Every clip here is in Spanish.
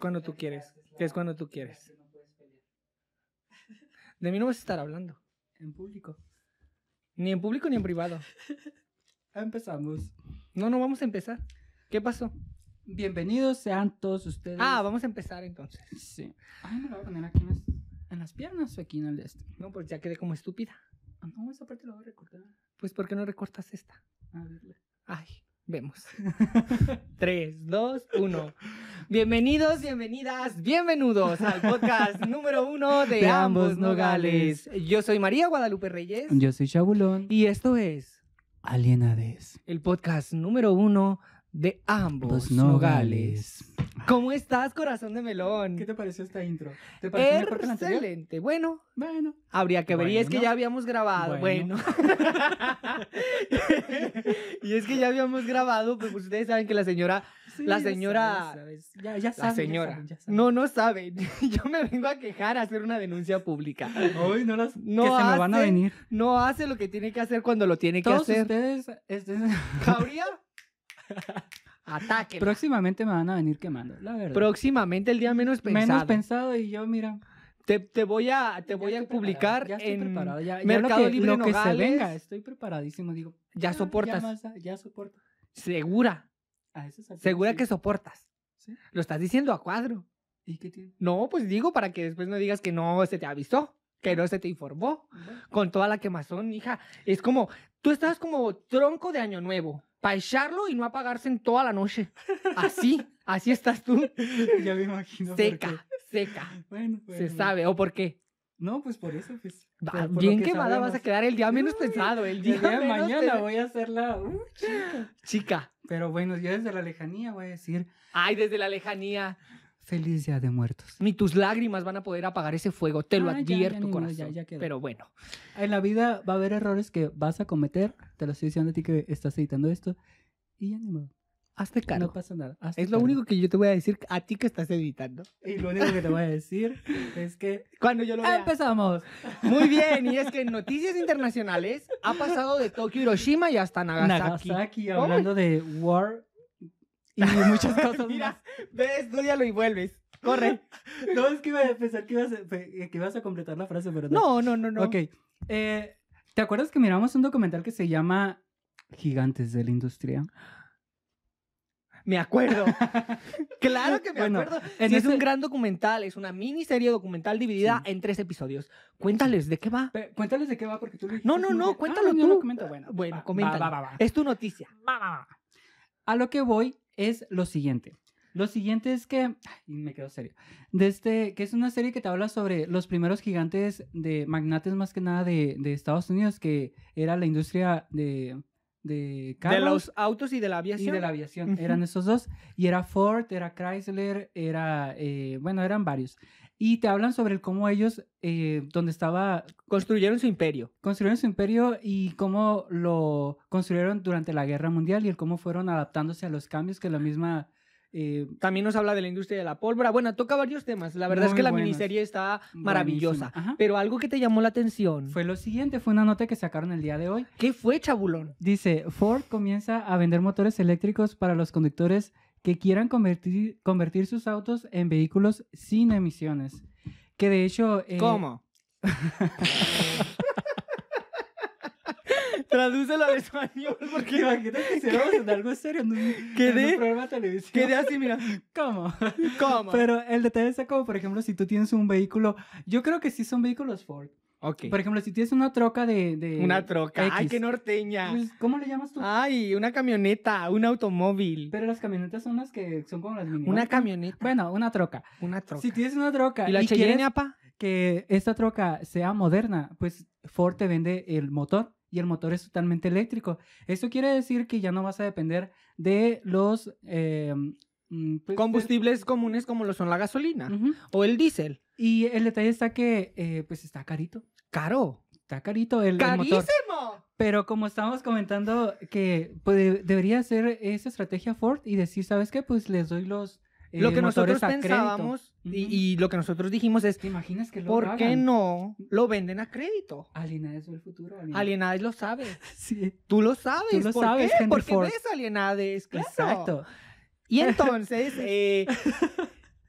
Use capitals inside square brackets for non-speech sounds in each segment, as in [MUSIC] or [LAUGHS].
cuando tú quieres, que es cuando tú quieres. De mí no vas a estar hablando, En público. ni en público ni en privado. Empezamos. No, no vamos a empezar. ¿Qué pasó? Bienvenidos sean todos ustedes. Ah, vamos a empezar entonces. Sí. Ay, me lo voy a poner aquí en las, en las piernas o aquí en el de este. No, pues ya quedé como estúpida. Ah, no, esa parte la voy a recortar. Pues ¿por qué no recortas esta? A verle. Ay, [LAUGHS] vemos. Tres, dos, uno. Bienvenidos, bienvenidas, bienvenidos al [LAUGHS] podcast número uno de, De ambos ambos nogales. nogales. Yo soy María Guadalupe Reyes Yo soy Chabulón. y esto es Alienades. el podcast número uno de ambos nogales. ¿Cómo estás, corazón de melón? ¿Qué te pareció esta intro? ¿Te pareció mejor que la anterior? Excelente. Bueno, Bueno. habría que ver. Y es que Bueno. ya habíamos grabado. Bueno. Bueno. [LAUGHS] y es que ya habíamos grabado, pues ustedes saben que la señora, Sí, La ya señora- sabes, ya, ya la saben, ya señora, saben, ya saben. no, no saben. [LAUGHS] Yo me vengo a quejar a hacer una denuncia pública. Ay, no las. No que se me van a hace- venir. No hace lo que tiene que hacer cuando lo tiene que Todos hacer. ustedes. este, [LAUGHS] ¿Jauría? Ataque. próximamente me van a venir quemando, la verdad. Próximamente, el día menos pensado. Menos pensado y yo, mira. Te, te voy a, te voy Ya a estoy publicar preparado, ya estoy en... preparado, ya- ya Mercado lo que, Libre lo que se Nogales. venga, estoy preparadísimo, digo. Ya "Ah, soportas. Ya, basta, ya soporto. Segura, A esas alturas, segura sí. que soportas. Sí. Lo estás diciendo a cuadro. ¿Y qué tiene? No, pues digo para que después no digas que no se te avisó, que no se te informó. Bueno, Con toda la quemazón, hija. Es como, tú estás como tronco de año nuevo. Para echarlo y no apagarse en toda la noche. Así, así estás [LAUGHS] tú. ya me imagino. por qué. Seca, seca. Bueno, bueno, Se bueno. sabe. ¿O por qué? No, pues por eso, pues. Va, por- por lo bien que quemada vas a sabemos. quedar el día menos Uy, pensado. El El día, [LAUGHS] día de menos mañana pensado. voy a hacerla. uh, chica. Chica. Pero bueno, yo desde la lejanía voy a decir Ay, desde la lejanía. feliz día de muertos. Ni tus lágrimas van a poder apagar ese fuego, te lo Ah, ya, ya, advierto, ni modo, corazón. ya, ya quedó. Pero bueno, En la vida va a haber errores que vas a cometer. Te lo estoy diciendo a ti que estás editando esto. Y ya ni modo. hazte cargo. No pasa nada. hazte es lo cargo. único que yo te voy a decir a ti que estás editando. Y lo único que te voy a decir es que [LAUGHS] Cuando yo lo Ah, vea. pues. empezamos. Muy bien, y [LAUGHS] es que en noticias internacionales ha pasado de Tokio, Hiroshima y hasta Nagasaki. [LAUGHS] Nagasaki, hablando de war y muchas cosas Mira, ve, estudialo y vuelves. [LAUGHS] Corre. más. No, es que iba a pensar que ibas a, fe- eh, que ibas a completar la frase, pero No, no, no, no. Ok. eh, ¿Te acuerdas que miramos un documental que se llama Gigantes de la Industria? Me [LAUGHS] acuerdo. claro que me Bueno, acuerdo. en Sí, es ese- un gran documental, es una miniserie documental dividida en tres episodios. Cuéntales, ¿de qué va? Pe- cuéntales de qué va, porque tú lo dijiste No, no, como no, que, ah, cuéntalo yo lo tú. comento, Bueno, Bueno, va, coméntalo. va, va, va. Es tu noticia. A lo que voy es lo siguiente. Lo siguiente es que. ay, me quedo serio. De este, que es una serie que te habla sobre los primeros gigantes de magnates, más que nada de, de Estados Unidos, que era la industria de, de De carros los autos y de la aviación. y de la aviación. Ujú. Eran esos dos. Y era Ford, era Chrysler, era. eh, bueno, eran varios. Y te hablan sobre el cómo ellos, eh, donde estaba Construyeron su imperio. construyeron su imperio y cómo lo construyeron durante la guerra mundial y el cómo fueron adaptándose a los cambios que la misma eh, También nos habla de la industria de la pólvora. Bueno, toca varios temas. La verdad es Muy que la buenos. miniserie está maravillosa. buenísima. Ajá. Pero algo que te llamó la atención. Fue lo siguiente, fue una nota que sacaron el día de hoy. ¿Qué fue, Chabulón? Dice, Ford comienza a vender motores eléctricos para los conductores que quieran convertir, convertir sus autos en vehículos sin emisiones. Que de hecho... eh, ¿Cómo? Tradúcelo al español [LAUGHS] Que porque imagínate que hiciéramos en algo serio, en un, en Quedé- un programa de televisión. quedé así, mira. ¿Cómo? ¿Cómo? Pero el detalle es como, por ejemplo, si tú tienes un vehículo, yo creo que sí son vehículos Ford. ok. Por ejemplo, si tienes una troca de... de Una troca. Ay, Ah. X, qué norteña. pues, ¿Cómo le llamas tú? Ay, una camioneta, un automóvil. Pero las camionetas son las que son como las mini. Una ¿no? camioneta, Bueno, una troca. una troca. Si tienes una troca ¿Y la Cheyenne, quieres apa? que esta troca sea moderna, pues Ford te vende el motor y el motor es totalmente eléctrico. Eso quiere decir que ya no vas a depender de los... eh, mm, pues, Combustibles comunes como lo son la gasolina Ujú. o el diésel. Y el detalle está que, eh, pues está carito. Caro. Está carito el, el motor. ¡Carísimo! Pero como estábamos comentando que pues, de- debería ser esa estrategia Ford y decir, ¿sabes qué? Pues les doy los eh, lo que nosotros motores a crédito". pensábamos y, Ujú. y lo que nosotros dijimos es, ¿Te imaginas que lo ¿por qué hagan? no lo venden a crédito? Alienades del futuro. alienades. Alienades lo sabe. [LAUGHS] Sí, Tú lo sabes. Tú lo ¿Por sabes, qué? Henry Porque Ford. ves alienades, claro. exacto. [LAUGHS] Y entonces, eh,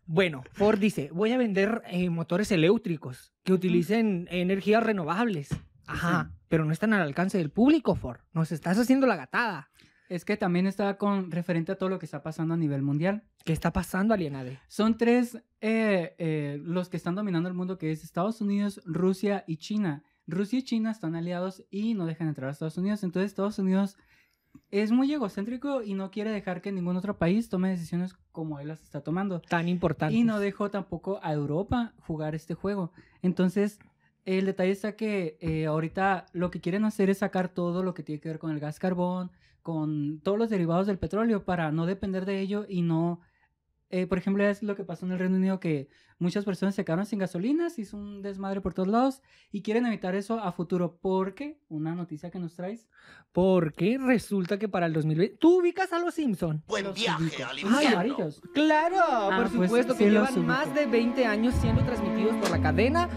Bueno, Ford dice, voy a vender eh, motores eléctricos que utilicen energías renovables. Ajá, pero no están al alcance del público, Ford. Nos estás haciendo la gatada. Es que también está con referente a todo lo que está pasando a nivel mundial. ¿Qué está pasando, Alienade? Son tres eh, eh, los que están dominando el mundo, que es Estados Unidos, Rusia y China. Rusia y China están aliados y no dejan entrar a Estados Unidos. Entonces Estados Unidos es muy egocéntrico y no quiere dejar que ningún otro país tome decisiones como él las está tomando. Tan importante. Y no dejó tampoco a Europa jugar este juego. Entonces, el detalle está que eh, ahorita lo que quieren hacer es sacar todo lo que tiene que ver con el gas carbón, con todos los derivados del petróleo para no depender de ello y no... eh, por ejemplo, es lo que pasó en el Reino Unido que muchas personas se quedaron sin gasolinas, hizo un desmadre por todos lados y quieren evitar eso a futuro porque una noticia que nos traes Porque resulta que para el 2020... ¿Tú ubicas a los Simpson? Buen los viaje ubico. al Ay, infierno. amarillos. Claro, Ah, por pues supuesto sí que los llevan ubico. más de 20 años siendo transmitidos por la cadena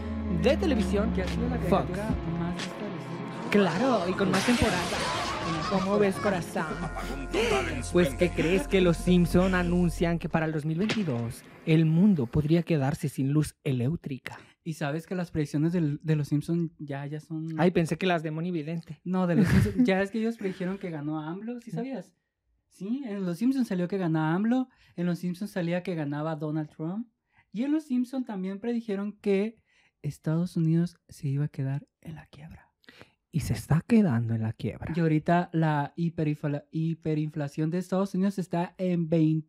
de televisión. Que ha sido la Fox. caricatura más vista del mundo. Claro, y con más temporadas. ¿Cómo ves, corazón? Pues, ¿qué crees que los Simpson anuncian que para el 2022 el mundo podría quedarse sin luz eléctrica? Y sabes que las predicciones del- de los Simpsons ya, ya son... Ay, pensé que las de Moni Vidente. No, de los Simpsons. ya es que ellos predijeron que ganó AMLO, ¿sí sabías? Sí, en los Simpsons salió que ganaba AMLO, en los Simpsons salía que ganaba Donald Trump, y en los Simpsons también predijeron que Estados Unidos se iba a quedar en la quiebra. Y se está quedando en la quiebra. Y ahorita la hiperinfla- hiperinflación de Estados Unidos está en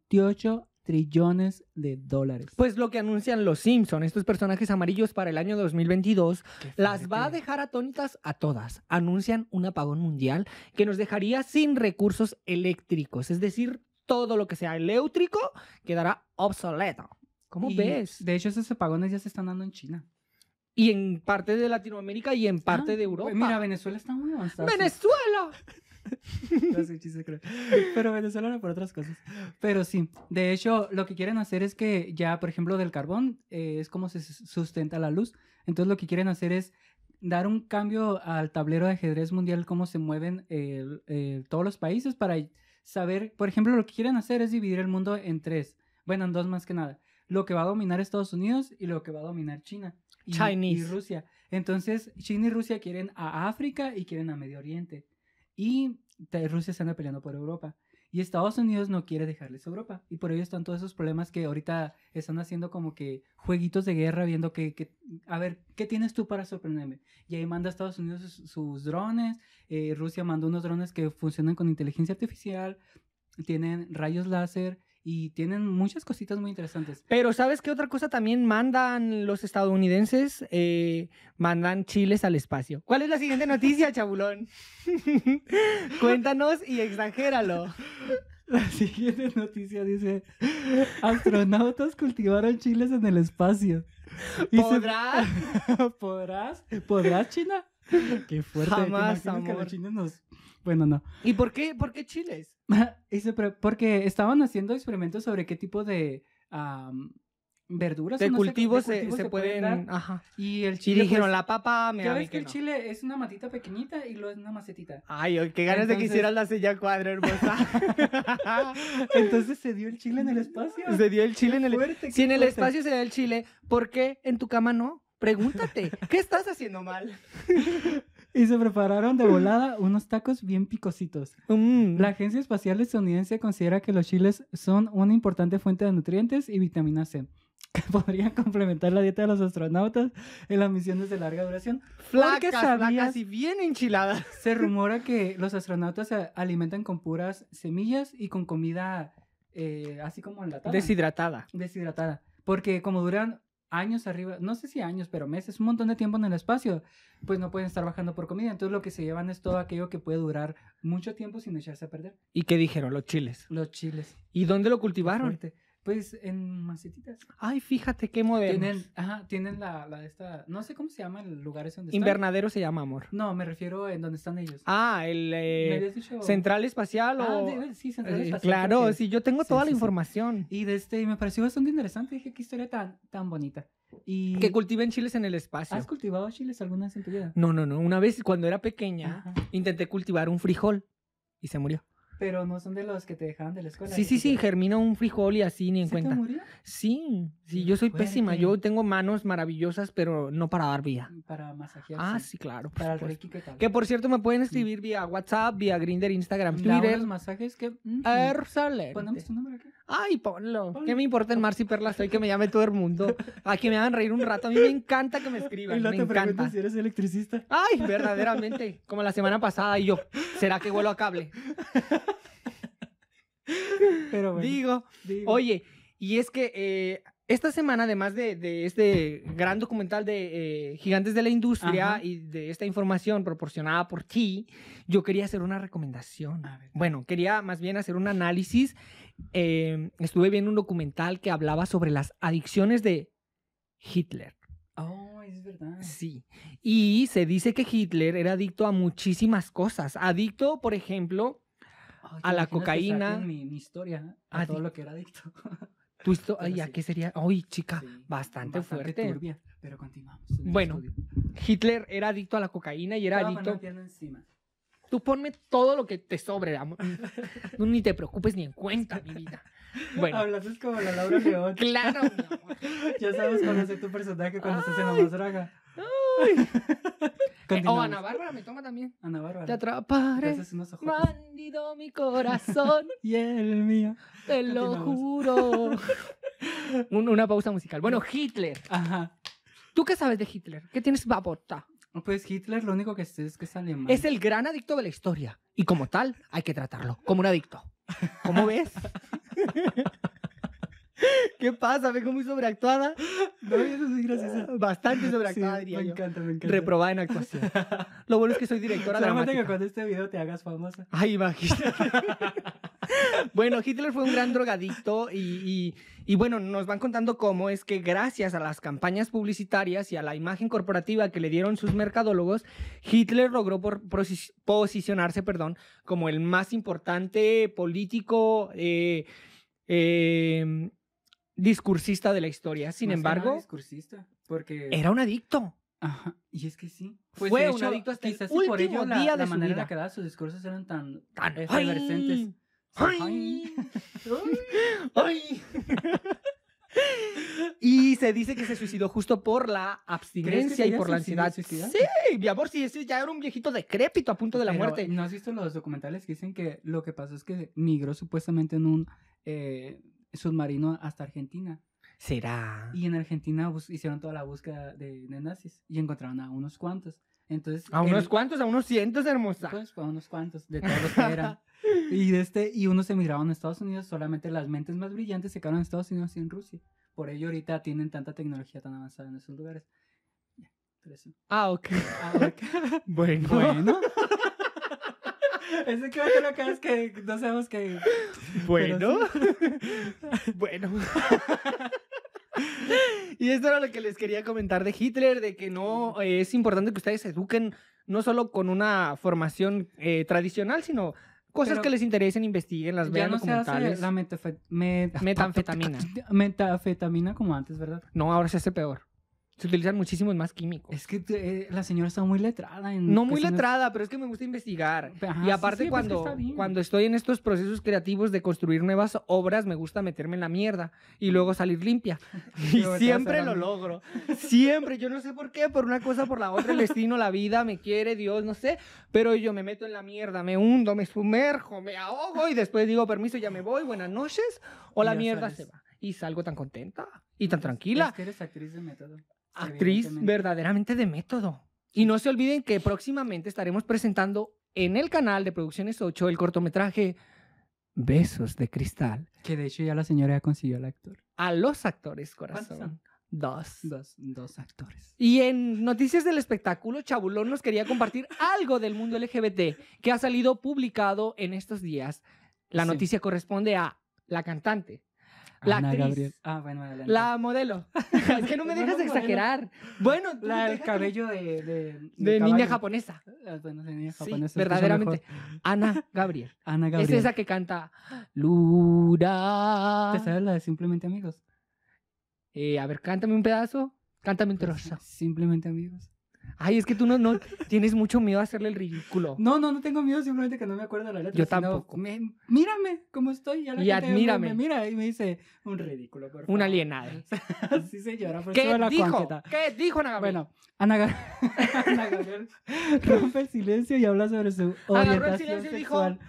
28 trillones de dólares. Pues lo que anuncian los Simpson, estos personajes amarillos para el año 2022, Qué las va a fuerte. dejar atónitas a todas. Anuncian un apagón mundial que nos dejaría sin recursos eléctricos, es decir, todo lo que sea eléctrico quedará obsoleto. ¿Cómo Y, ves? De hecho, esos apagones ya se están dando en China. Y en parte de Latinoamérica y en parte Ah, de Europa. pues Mira, Venezuela está muy avanzada. sí. ¡Venezuela! Iba a ser chiste cruel. Pero Venezuela era por otras cosas. Pero sí, de hecho, lo que quieren hacer es que ya, por ejemplo, del carbón eh, es como se sus- sustenta la luz. Entonces, lo que quieren hacer es dar un cambio al tablero de ajedrez mundial, cómo se mueven eh, el- eh, todos los países para saber, por ejemplo, lo que quieren hacer es dividir el mundo en tres. Bueno, en dos más que nada. Lo que va a dominar Estados Unidos y lo que va a dominar China. Y, y Chinese. Rusia. Entonces, China y Rusia quieren a África y quieren a Medio Oriente y te- Rusia se anda peleando por Europa. Y Estados Unidos no quiere dejarles Europa. Y por ello están todos esos problemas que ahorita están haciendo como que jueguitos de guerra, viendo que, que- a ver, ¿qué tienes tú para sorprenderme? Y ahí manda Estados Unidos sus, sus drones, eh, Rusia mandó unos drones que funcionan con inteligencia artificial, tienen rayos láser y tienen muchas cositas muy interesantes. Pero ¿sabes qué otra cosa también mandan los estadounidenses? Eh, mandan chiles al espacio. ¿Cuál es la siguiente noticia, chabulón? [LAUGHS] Cuéntanos y exagéralo. [LAUGHS] La siguiente noticia dice, astronautas cultivaron chiles en el espacio. Y se- ¿Podrás? ¿Podrás? ¿Podrás, China? Qué fuerte. ¿te Jamás, imaginas que los amor. chinos nos- Bueno, no. ¿Y por qué, por qué chiles? [LAUGHS] Y se pre- Porque estaban haciendo experimentos sobre qué tipo de am, verduras o De no sé qué- cultivos se, cultivos se pueden... dar. Ajá. Y el Y chile. dijeron, pues, la papa me Ya da ves que que el no. chile es una matita pequeñita y luego es [LAUGHS] una macetita. Ay, ay, qué ganas de que Entonces- hicieras la silla cuadra, hermosa. Entonces se dio el chile en el espacio. se dio el chile en el Fuerte, Si qué en el fuerte. espacio se da el chile, ¿por qué en tu cama no? Pregúntate, ¿qué estás haciendo mal? Y se prepararon [LAUGHS] de volada unos tacos bien picositos. Mm, La Agencia Espacial Estadounidense considera que los chiles son una importante fuente de nutrientes y vitamina C, que [LAUGHS] podrían complementar la dieta de los astronautas en las misiones de larga duración. flacas, flacas sabías- y bien enchiladas. Se rumora que los astronautas se alimentan con puras semillas y con comida eh, así como enlatada, Deshidratada. deshidratada, porque como duran años arriba, no sé si años, pero meses, un montón de tiempo en el espacio, pues no pueden estar bajando por comida, entonces lo que se llevan es todo aquello que puede durar mucho tiempo sin echarse a perder, ¿Y qué dijeron los chiles? los chiles. ¿Y dónde lo Qué cultivaron? fuerte. Pues en macetitas. Ay, fíjate qué moderno. Tienen, ajá, tienen la, la de esta, no sé cómo se llama el lugar ese donde están. Invernadero se llama, amor. No, me refiero en donde están ellos. Ah, el eh, ¿Me habías dicho? Central Espacial Ah, o... de- sí, central Eh, espacial, creo claro, que sí, yo tengo Sí, toda sí, la sí. información. Y de este, y me pareció bastante interesante, dije, qué historia tan, tan bonita. Y Que cultiven chiles en el espacio. ¿Has cultivado chiles alguna vez en tu vida? Ah. No, no, no. Una vez cuando era pequeña Ajá. intenté cultivar un frijol y se murió. Pero no son de los que te dejaban de la escuela. Sí, sí, sí, germina un frijol y así ni en ¿Se te cuenta. murió? Sí, sí, yo soy pésima. Fuerte. Yo tengo manos maravillosas, pero no para dar vida. Para masajearse. Ah, sí, claro. por Para el supuesto. Reiki, ¿qué tal? Que por cierto me pueden escribir vía WhatsApp, vía Grinder, Instagram, Da Twitter. unos masajes que... mm, Excelente. Ponemos tu número aquí. Ay, ponlo. Ponlo. ¿Qué me importa en Marci Perlas hoy que me llame todo el mundo? A que me hagan reír un rato. A mí me encanta que me escriban. Me encanta. eres electricista. Ay, verdaderamente. Como la semana pasada y yo. ¿Será que vuelo a cable? Pero [LAUGHS] bueno. Digo. digo. Oye, y es que eh, esta semana, además de, de este gran documental de eh, Gigantes de la Industria Ajá. y de esta información proporcionada por ti, yo quería hacer una recomendación. A ver. Bueno, quería más bien hacer un análisis. Eh, estuve viendo un documental que hablaba sobre las adicciones de Hitler. Oh, es verdad. Sí. Y se dice que Hitler era adicto a muchísimas cosas. Adicto, por ejemplo, Ay, A la imagínate cocaína. Ah, saquen Mi, mi historia. ¿eh? A Adic- todo lo que era adicto. tu histo- Pero ay, ¿a sí. qué sería? Ay, chica, Sí, bastante, fuerte. turbia, pero continuamos. en el Bueno, estudio. Hitler era adicto a la cocaína y era Estaba adicto. manoteando encima. Tú ponme todo lo que te sobre, [LAUGHS] amor. No, ni te preocupes ni en cuenta, mi vida. Bueno, Hablaste como la Laura León. claro, mi amor. ya sabes cuál es tu personaje cuando estás en la mazraga. [LAUGHS] Eh, O Ana [LAUGHS] Continuamos. Bárbara me toma también. Ana Bárbara. Te Te atraparé. haces unos ojos. Bandido mi corazón, Y el mío. te lo Continuamos. juro. [LAUGHS] Un- una pausa musical. Bueno, Hitler. Ajá. ¿Tú qué sabes de Hitler? ¿Qué tienes babota? Pues Hitler lo único que sé es que es alemán. Es el gran adicto de la historia. Y como tal, hay que tratarlo. Como un adicto. ¿Cómo ves? [LAUGHS] ¿Qué pasa? Vengo muy sobreactuada. No, eso es gracioso. Bastante Sí, sobreactuada, diría me yo. encanta, me encanta. Reprobada en [LAUGHS] actuación. Lo bueno es que soy directora Solamente que dramática. cuando este video te hagas famosa. Ay, imagínate. [LAUGHS] bueno, Hitler fue un gran drogadicto y, y- y, bueno, nos van contando cómo es que gracias a las campañas publicitarias y a la imagen corporativa que le dieron sus mercadólogos, Hitler logró por- prosi- posicionarse, perdón, como el más importante político eh, eh, discursista de la historia. Sin Más que nada embargo, discursista, porque era un adicto. Ajá, y es que sí. Pues Fue de un adicto hasta el quizás y último por ello la, día de la su manera en vida. la que daba sus discursos eran tan tan efervescentes. ¡Ay! [LAUGHS] ¡Ay! [LAUGHS] y se dice que se suicidó justo por la ¿Crees que abstinencia se y haya por la suicidado- ansiedad. suicidado? Sí, mi amor, sí, ese ya era un viejito decrépito a punto de la Pero, muerte. ¿No has visto los documentales que dicen que lo que pasó es que migró supuestamente en un eh, submarino hasta Argentina? ¿Será? Y en Argentina bus- hicieron toda la búsqueda de, de nazis y encontraron a unos cuantos. Entonces, A unos él- cuantos, a unos cientos, hermosa. Pues, a unos cuantos, de todos los que [LAUGHS] eran. y, de este, y unos emigraron a Estados Unidos, solamente las mentes más brillantes se quedaron en Estados Unidos y en Rusia. Por ello ahorita tienen tanta tecnología tan avanzada en esos lugares. Ya, pero [LAUGHS] eso. Ah, ok. Ah, ok. [LAUGHS] Bueno. bueno. Ese creo que lo que es que no sabemos que... Bueno. pero bueno. [LAUGHS] y esto era lo que les quería comentar de Hitler, de que no eh, es importante que ustedes se eduquen no solo con una formación eh, tradicional, sino cosas Pero que les interesen, investiguen, las ya vean no se hace documentales. la metafe- me- [LAUGHS] Metanfetamina. metafetamina como antes, ¿verdad? No, ahora se hace peor. Se utilizan muchísimos más químicos. Es que eh, la señora está muy letrada en No muy cuestiones- letrada, pero es que me gusta investigar. Ajá, sí, y aparte sí, pues que cuando, está bien. cuando estoy en estos procesos creativos de construir nuevas obras, me gusta meterme en la mierda y luego salir [LAUGHS] limpia. Y Y volteas a siempre la lo mi- [LAUGHS] logro. Siempre. Yo no sé por qué, por una cosa, por la otra, el destino, la vida, me quiere, Dios, no sé. Pero yo me meto en la mierda, me hundo, me sumerjo, me ahogo y después digo, permiso, ya me voy, buenas noches. O Y la ya mierda sales. se va. Y salgo tan contenta y tan Es- tranquila Es que eres actriz de método. actriz evidentemente. verdaderamente de método. Y no se olviden que próximamente estaremos presentando en el canal de Producciones 8 el cortometraje Besos de Cristal Que de hecho ya la señora ya consiguió al actor. a los actores, ¿Cuántos son? corazón. Dos. Dos, dos actores. Y en Noticias del Espectáculo, Chabulón nos quería compartir algo del mundo LGBT que ha salido publicado en estos días. La Sí. noticia corresponde a la cantante, la Ana actriz, Gabriel. Ah, bueno, adelante. la [LAUGHS] modelo. es que no me No, dejas no, exagerar. Bueno, tú La del déjate- cabello de. De, de niña caballo. japonesa. Ah, Bueno, de niña Sí, japonesa. escucha verdaderamente. mejor. Ana Gabriel. Ana Es Gabriel. esa que canta Luna. ¿Te sabes la de Simplemente Amigos? Pues Eh, a ver, cántame un pedazo. Cántame un trozo. Simplemente Amigos. Ay, es que tú no, no tienes mucho miedo a hacerle el ridículo. No, no, no tengo miedo, simplemente que no me acuerdo la letra. Yo si no, tampoco. me- mírame cómo estoy. ya la Y gente me- admírame. Me mira y me dice, un ridículo, por favor. Un [LAUGHS] alienado. sí, señora, por ¿Qué Pues eso la dijo? cuanqueta. ¿Qué dijo Ana Gabriel? Bueno, Ana, Gab- [LAUGHS] Ana Gabriel rompe el silencio y habla sobre su orientación Agarró el silencio y dijo, sexual.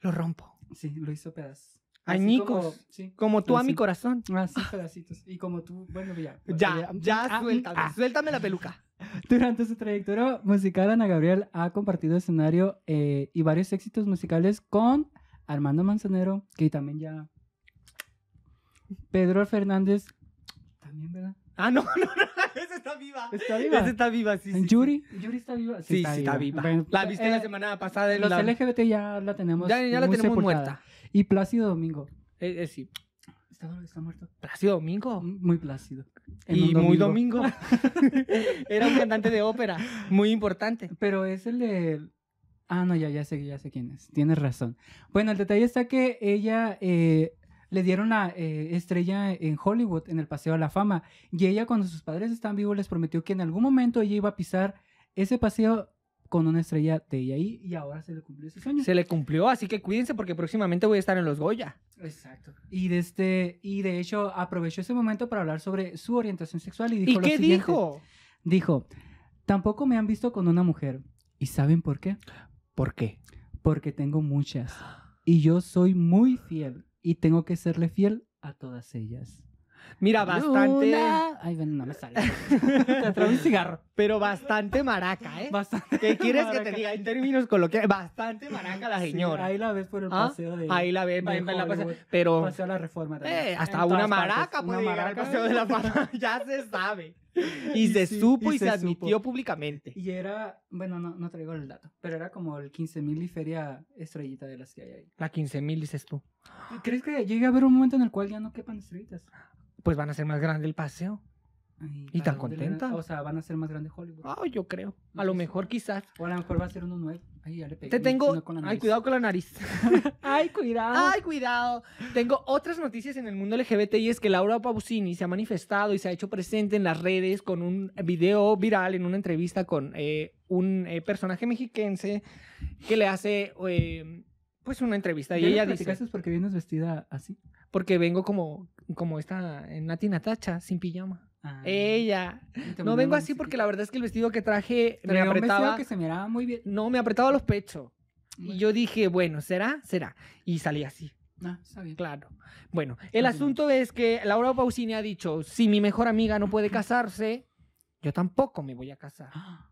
lo rompo. Sí, lo hizo pedazos. Así Añicos. como- Pues Sí, Como tú a Así. mi corazón. así pedacitos. Y como tú, bueno, ya. Ya, ya ah, suéltame, ah. suéltame la peluca. Durante su trayectoria musical, Ana Gabriel ha compartido escenario eh, y varios éxitos musicales con Armando Manzanero, que también ya. Pedro Fernández, también, ¿verdad? Ah, no, [LAUGHS] no, no, esa está viva. Está viva. Esa está viva, sí. sí, sí. Yuri, Yuri está viva. Sí, sí, está viva. Bueno, la viste la eh, semana pasada. en Los la- LGBT ya la tenemos. ya, ya la muy tenemos sepultada. muerta. Y Plácido Domingo. Eh, eh, sí. Está, está muerto. Plácido Domingo. Muy plácido. En Y un muy domingo. [LAUGHS] Era un cantante de ópera, muy importante. Pero es el de... Ah, no, ya, ya sé, ya sé quién es. Tienes razón. Bueno, el detalle está que ella eh, le dieron la eh, estrella en Hollywood, en el Paseo de la Fama. Y ella, cuando sus padres estaban vivos, les prometió que en algún momento ella iba a pisar ese paseo con una estrella de ella ahí. Y ahora se le cumplió ese sueño. Se le cumplió, así que cuídense porque próximamente voy a estar en los Goya. Exacto. Y de, este, y de hecho, aprovechó ese momento para hablar sobre su orientación sexual y dijo ¿Y lo qué siguiente. dijo? Dijo, tampoco me han visto con una mujer. ¿Y saben por qué? ¿Por qué? porque tengo [GASPS] muchas. Y yo soy muy fiel y tengo que serle fiel a todas ellas. Mira, bastante. Luna- Ay, bueno, no me [LAUGHS] sale. Te traigo un cigarro. Pero bastante maraca, ¿eh? Bastante. ¿Qué quieres que te maraca. diga? En términos coloquiales, bastante maraca la Sí, señora. ahí la ves por el Ah, paseo de. Ahí la ven, de ven, ven la Hollywood. pasa- Pero Paseo a la reforma también. eh, hasta En una todas maraca partes. puede Una llegar al maraca. paseo de la fama. [LAUGHS] Ya se sabe. Y, Y se sí, supo y y, se, se admitió supo. públicamente. Y era, bueno, no, no traigo el dato, pero era como el 15 mil y feria estrellita de las que hay [GASPS] ahí. La 15 mil, dices tú. ¿Crees que llegue a haber un momento en el cual ya no quepan estrellitas? Pues van a ser más grande el paseo. Ay, Y tan ¿para dónde le van a- contenta. O sea, van a ser más grande Hollywood. Ah, yo creo. A lo Pues sí. mejor quizás. O a lo mejor va a ser uno nuevo. Ay, ya le pegué. Te no- tengo. no con la Ay, nariz. Ah. cuidado con la nariz. [LAUGHS] Ay, cuidado. Ay, cuidado. Tengo otras noticias en el mundo LGBT y es que Laura Pausini se ha manifestado y se ha hecho presente en las redes con un video viral en una entrevista con eh, un eh, personaje mexiquense que le hace eh, pues una entrevista y ella dice es porque vienes vestida así? porque vengo como como esta en Nati Natacha sin pijama. Ah. Ella Y te no mandaron vengo un así porque vestido. la verdad es que el vestido que traje me Traía un vestido apretaba que se miraba muy bien. no me apretaba los pechos y Bueno, yo dije bueno será será y salí así. ah, está bien. Claro. Bueno, el Continúa. asunto es que Laura Pausini ha dicho, si mi mejor amiga no puede casarse, yo tampoco me voy a casar. Ah,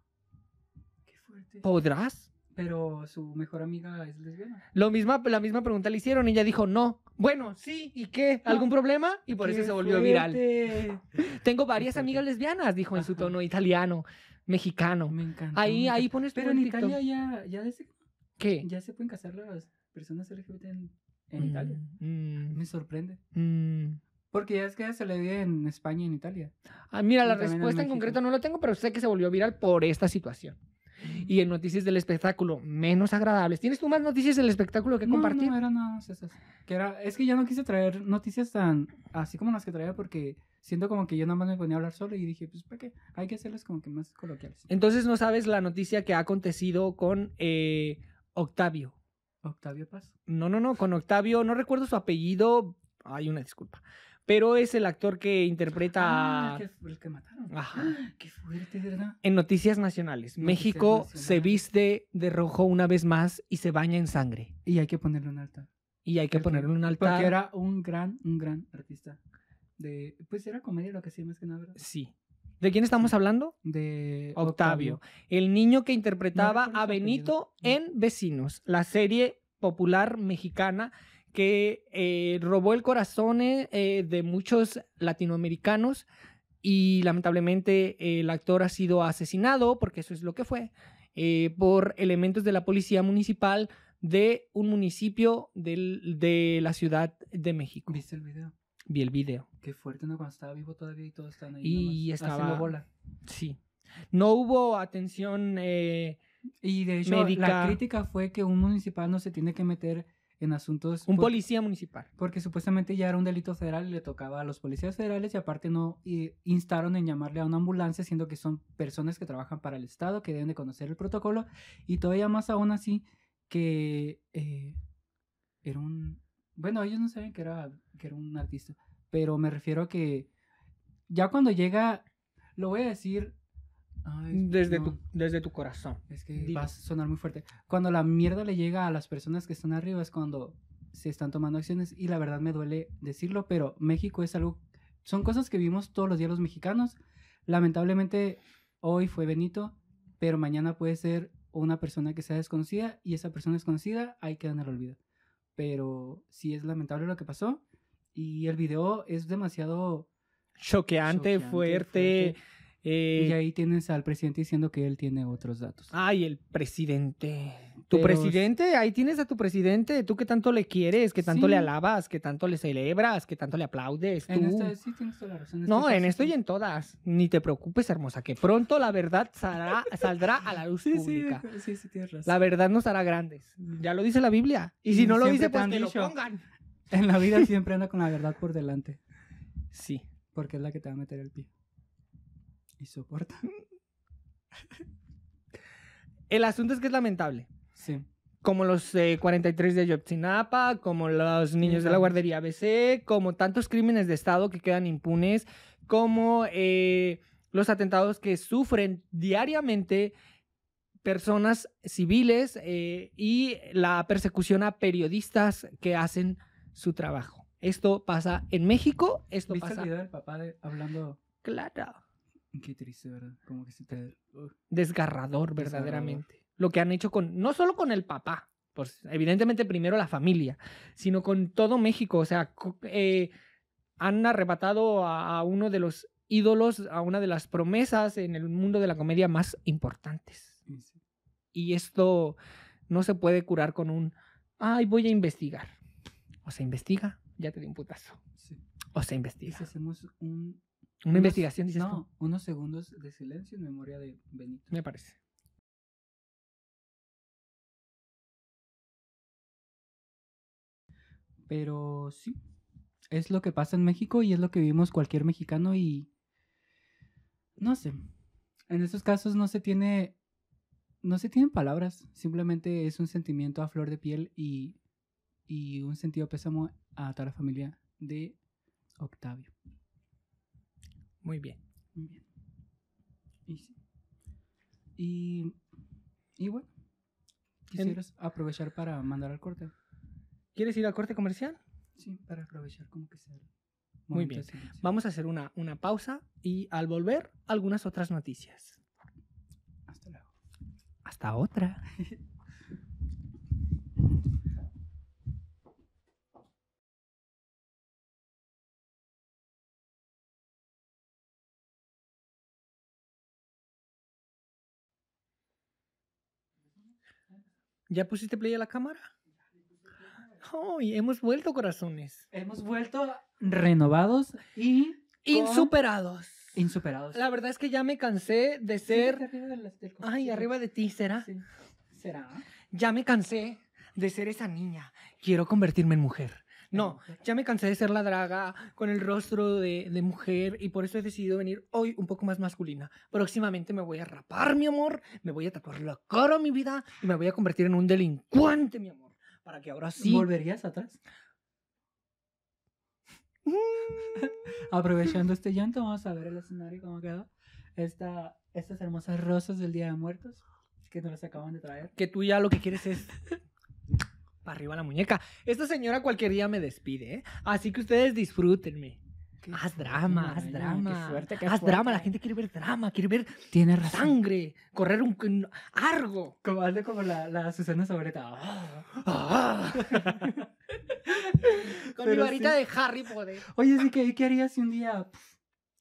Qué fuerte. ¿Podrás? Pero su mejor amiga es lesbiana. Lo misma, la misma pregunta le hicieron y ella dijo, no. Bueno, sí, ¿y qué? ¿Algún problema? Y por eso Ah, Qué se volvió viral. fuerte. Tengo varias fuerte. amigas lesbianas, dijo en su Ajá. tono italiano, mexicano. Oh, Me encanta. Ahí, me ahí pues, pones encanta. tú Pero en en TikTok. Italia ya, ya, desde- ¿Qué? ya se pueden casar las personas LGBT en, en Italia. Mm, Me sorprende. mm, mm. Porque ya es que se le vive en España y en Italia. Ah, mira, la Y también en respuesta en México. concreto no la tengo, pero sé que se volvió viral por esta situación. Y en noticias del espectáculo, menos agradables. ¿Tienes tú más noticias del espectáculo que No, compartir? No, eran nada más esas. Que era, es que yo no quise traer noticias tan así como las que traía porque siento como que yo nada más me ponía a hablar solo y dije, pues ¿para qué? Hay que hacerlas como que más coloquiales. Entonces no sabes la noticia que ha acontecido con eh, Octavio. Octavio Paz. No, no, no, con Octavio, no recuerdo su apellido. Hay una disculpa. Pero es el actor que interpreta. Ah, que fue el que mataron. Ah, Ajá. Qué fuerte, ¿verdad? En noticias nacionales, Noticias México se nacionales. viste de rojo una vez más y se baña en sangre. Y hay que ponerle un altar. Y hay que Cierto. ponerle un altar. Porque era un gran, un gran artista. De, pues era comedia lo que hacía más que nada, ¿verdad? Sí. ¿De quién estamos hablando? De Octavio, el niño que interpretaba recuerdo a su Benito apellido. Mm. en Vecinos, la serie popular mexicana que eh, robó el corazón eh, eh, de muchos latinoamericanos y lamentablemente eh, el actor ha sido asesinado, porque eso es lo que fue, eh, por elementos de la policía municipal de un municipio del- de la Ciudad de México. ¿Viste el video? Vi el video. Qué fuerte, ¿no? Cuando estaba vivo todavía y todos están ahí. Y nomás estaba- Haciendo bola. Sí. No hubo atención... eh, Y de hecho, médica. la crítica fue que un municipal no se tiene que meter en asuntos... Un por- policía municipal. Porque supuestamente ya era un delito federal y le tocaba a los policías federales y aparte no eh, instaron en llamarle a una ambulancia, siendo que son personas que trabajan para el Estado, que deben de conocer el protocolo y todavía más aún así que eh, era un... Bueno, ellos no sabían que era, que era un artista, pero me refiero a que ya cuando llega, lo voy a decir... ay, Desde, no. tu, desde tu corazón. Es que Dilo. va a sonar muy fuerte. Cuando la mierda le llega a las personas que están arriba es cuando se están tomando acciones y la verdad me duele decirlo, pero México es algo, son cosas que vivimos todos los días los mexicanos. Lamentablemente hoy fue Benito, pero mañana puede ser una persona que sea desconocida y esa persona desconocida ahí queda en el olvido. Pero sí es lamentable lo que pasó y el video es demasiado Choqueante, choqueante, fuerte. eh, Y ahí tienes al presidente diciendo que él tiene otros datos. Ay, el presidente. Tu Pero- presidente, ahí tienes a tu presidente. Tú que tanto le quieres, que tanto le Sí. alabas, que tanto le celebras, que tanto le aplaudes. En tú. esta- sí tienes toda la razón. No, esta en sí esto y tienes- en todas. Ni te preocupes, hermosa, que pronto la verdad saldrá, saldrá a la luz Sí, sí, pública. de- sí, sí, tienes razón. La verdad nos hará grandes. Ya lo dice la Biblia. Y si Y no lo siempre dice, te pues han que lo dicho. pongan. En la vida siempre anda con la verdad por delante, Sí. porque es la que te va a meter el pie. Y soporta. El asunto es que es lamentable. Sí. Como los eh, 43 de Ayotzinapa, como los niños de la Ujú. guardería ABC, como tantos crímenes de Estado que quedan impunes, como eh, los atentados que sufren diariamente personas civiles eh, y la persecución a periodistas que hacen su trabajo. Esto pasa en México, esto ¿Viste pasa... el video del papá de- hablando? Claro. Qué triste, ¿verdad? Como que se te... Uf. desgarrador Desgarrador. verdaderamente. Lo que han hecho con, no solo con el papá, pues, evidentemente primero la familia, sino con todo México. O sea, co- eh, han arrebatado a, a uno de los ídolos, a una de las promesas en el mundo de la comedia más importantes. Y sí. Y esto no se puede curar con un, ay, voy a investigar. O se investiga, ya te di un putazo. Sí. O se Y investiga. si hacemos un... Una unos- investigación, dices tú. No, unos segundos de silencio en memoria de Benito. Me parece. Pero sí, es lo que pasa en México y es lo que vivimos cualquier mexicano y no sé. En estos casos no se tiene no se tienen palabras, simplemente es un sentimiento a flor de piel y y un sentido pésamo a toda la familia de Octavio. Muy bien. Muy bien. Y sí. Y, y bueno, quisieras aprovechar para mandar al corte. ¿Quieres ir al corte comercial? Sí, para aprovechar como que sea. el Muy momento bien. de silencio. Vamos a hacer una, una pausa y al volver algunas otras noticias. Hasta luego. Hasta otra. ¿Ya pusiste play a la cámara? ¡Ay! Hemos vuelto, corazones. Hemos vuelto renovados y Insuperados. insuperados. La verdad es que ya me cansé de ser. Ay, arriba de ti, ¿será? ¿Será? Ya me cansé de ser esa niña. Quiero convertirme en mujer. No, ya me cansé de ser la draga con el rostro de, de mujer y por eso he decidido venir hoy un poco más masculina. Próximamente me voy a rapar, mi amor, me voy a tatuar la cara, mi vida, y me voy a convertir en un delincuente, mi amor. Para que ahora sí... ¿Volverías atrás? [LAUGHS] Aprovechando este llanto, vamos a ver el escenario cómo quedó. Esta, estas hermosas rosas del Día de Muertos que nos las acaban de traer. que tú ya lo que quieres es para arriba la muñeca. Esta señora cualquier día me despide, ¿eh? así que ustedes disfrútenme. Haz drama, haz drama. haz drama, la gente quiere ver drama, quiere ver tiene razón. sangre, correr un, un [LAUGHS] argo. Como, hazle como la, la Susana Sobreta. Ah. Ah. Con mi Pero varita sí. de Harry Potter. Oye, sí, ¿qué, ¿qué harías si un día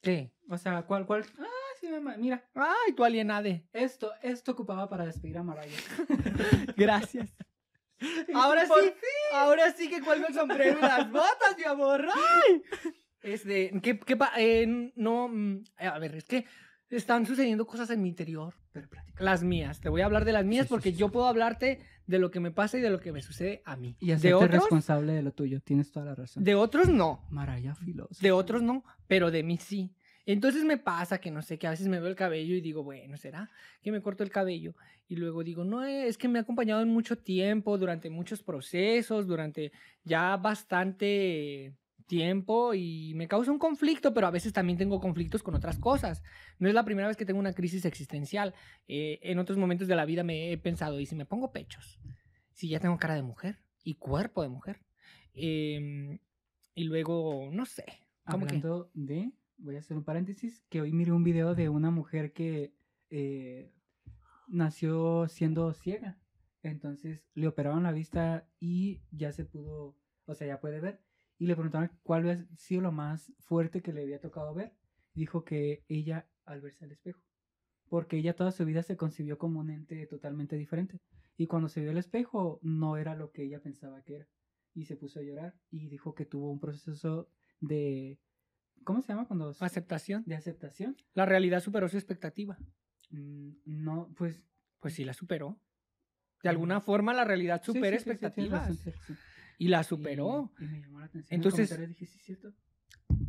¿Qué? O sea, ¿cuál, cuál? Ah, sí, mamá, mira, Ay, tu alienade. esto, esto ocupaba para despedir a Mariah. Gracias. [LAUGHS] Ahora sí, ahora sí que cuelgo el sombrero y las botas, mi amor. ¡Ay! Este, ¿qué, qué pa- eh, no, mm, eh, a ver, es que Están sucediendo cosas en mi interior. Las mías. Te voy a hablar de las mías Sí, sí, porque sí. yo puedo hablarte de lo que me pasa y de lo que me sucede a mí. Y de hacerte otros, responsable de lo tuyo. Tienes toda la razón. de otros no. Maraya filosa. De otros no, pero de mí sí. Entonces me pasa que no sé, que a veces me veo el cabello y digo, bueno, ¿será que me corto el cabello? Y luego digo, no, eh, es que me ha acompañado en mucho tiempo, durante muchos procesos, durante ya bastante tiempo y me causa un conflicto, pero a veces también tengo conflictos con otras cosas. No es la primera vez que tengo una crisis existencial. Eh, en otros momentos de la vida me he pensado, ¿y si me pongo pechos? Si ya tengo cara de mujer y cuerpo de mujer. Em, y luego, no sé. ¿Cómo que? Hablando de, voy a hacer un paréntesis, que hoy miré un video de una mujer que eh, nació siendo ciega. Entonces le operaron la vista y ya se pudo, o sea, ya puede ver. Y le preguntaron cuál había sido lo más fuerte que le había tocado ver. Dijo que ella al verse al espejo. Porque ella toda su vida se concibió como un ente totalmente diferente. Y cuando se vio al espejo no era lo que ella pensaba que era. Y se puso a llorar y dijo que tuvo un proceso de... ¿Cómo se llama cuando... se- Aceptación. De aceptación. La realidad superó su expectativa. Mm, No, pues... Pues sí, la superó. De alguna forma la realidad sí, supera sí, sí, sí, tienes expectativas. razón, tienes razón. y la superó. Y, y me llamó la atención. Entonces- Entonces... Dije, sí, es cierto.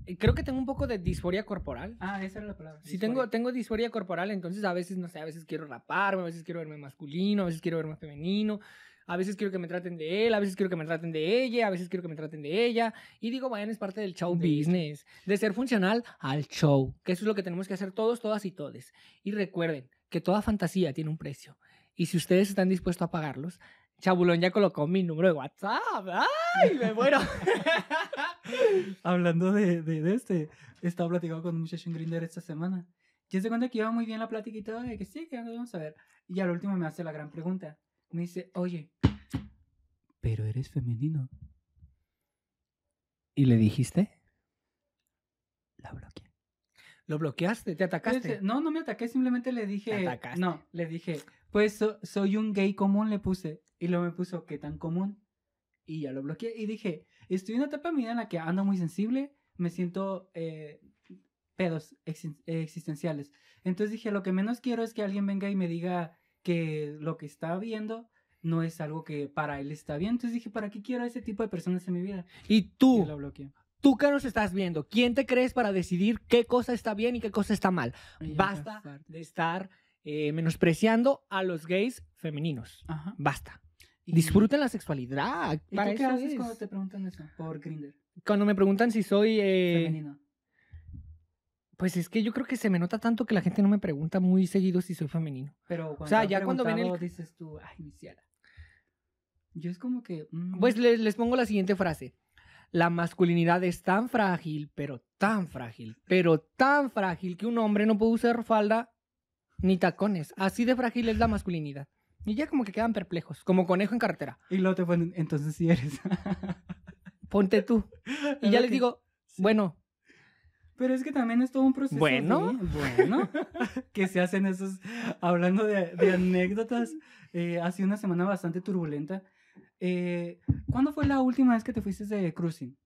Eh, Creo que tengo un poco de disforia corporal. Ah, esa era la palabra. Sí, tengo, disforia. tengo disforia corporal, entonces a veces, no sé, a veces quiero raparme, a veces quiero verme masculino, a veces quiero verme femenino, a veces quiero que me traten de él, a veces quiero que me traten de ella, a veces quiero que me traten de ella. Y digo, bueno, es parte del show De hecho. business, de ser funcional al show, que eso es lo que tenemos que hacer todos, todas y todes. Y recuerden que toda fantasía tiene un precio. Y si ustedes están dispuestos a pagarlos, Chabulón ya colocó mi número de WhatsApp. ¡Ay, me muero! [LAUGHS] Hablando de, de, de este, estaba platicando con un muchacho en Grindr esta semana. Yo se cuenta que iba muy bien la plática y todo, de que sí, que vamos a ver. Y al último me hace la gran pregunta. Me dice, oye, pero eres femenino. ¿Y le dijiste? La bloqueé. Lo bloqueaste, te atacaste. No, no me ataqué, simplemente le Te dije. atacaste. No, le dije, pues so- soy un gay común, le puse. Y luego me puso, ¿qué tan común? Y ya lo bloqueé. Y dije, estoy en una etapa de mi vida en la que ando muy sensible, me siento eh, pedos exi- eh, existenciales. Entonces dije, lo que menos quiero es que alguien venga y me diga que lo que está viendo no es algo que para él está bien. Entonces dije, ¿para qué quiero a ese tipo de personas en mi vida? Y Y tú, lo bloqueé. Tú que nos estás viendo, ¿quién te crees para decidir qué cosa está bien y qué cosa está mal? Y ya, Basta de estar eh, menospreciando a los gays femeninos. Ajá. Basta. Y- Disfruten la sexualidad. ¿Y Para tú qué eso haces es. cuando te preguntan eso? Por Grinder. Cuando me preguntan si soy... eh, femenino. pues es que yo creo que se me nota tanto que la gente no me pregunta muy seguido si soy femenino. Pero cuando sea, han ya cuando ven el- preguntado, dices tú, ay, mi ciela". Yo es como que. mm, Pues les, les pongo la siguiente frase. La masculinidad es tan frágil, pero tan frágil, pero tan frágil que un hombre no puede usar falda ni tacones. Así de frágil es la masculinidad. Y ya como que quedan perplejos, como conejo en carretera. Y luego te ponen, entonces sí eres. [LAUGHS] Ponte tú. Y Es ya lo les que- digo, sí. bueno, Pero es que también es todo un proceso. Bueno. de- [LAUGHS] bueno. que se hacen esos. Hablando de, de anécdotas, eh, ha sido una semana bastante turbulenta. Eh, ¿Cuándo fue la última vez que te fuiste de cruising?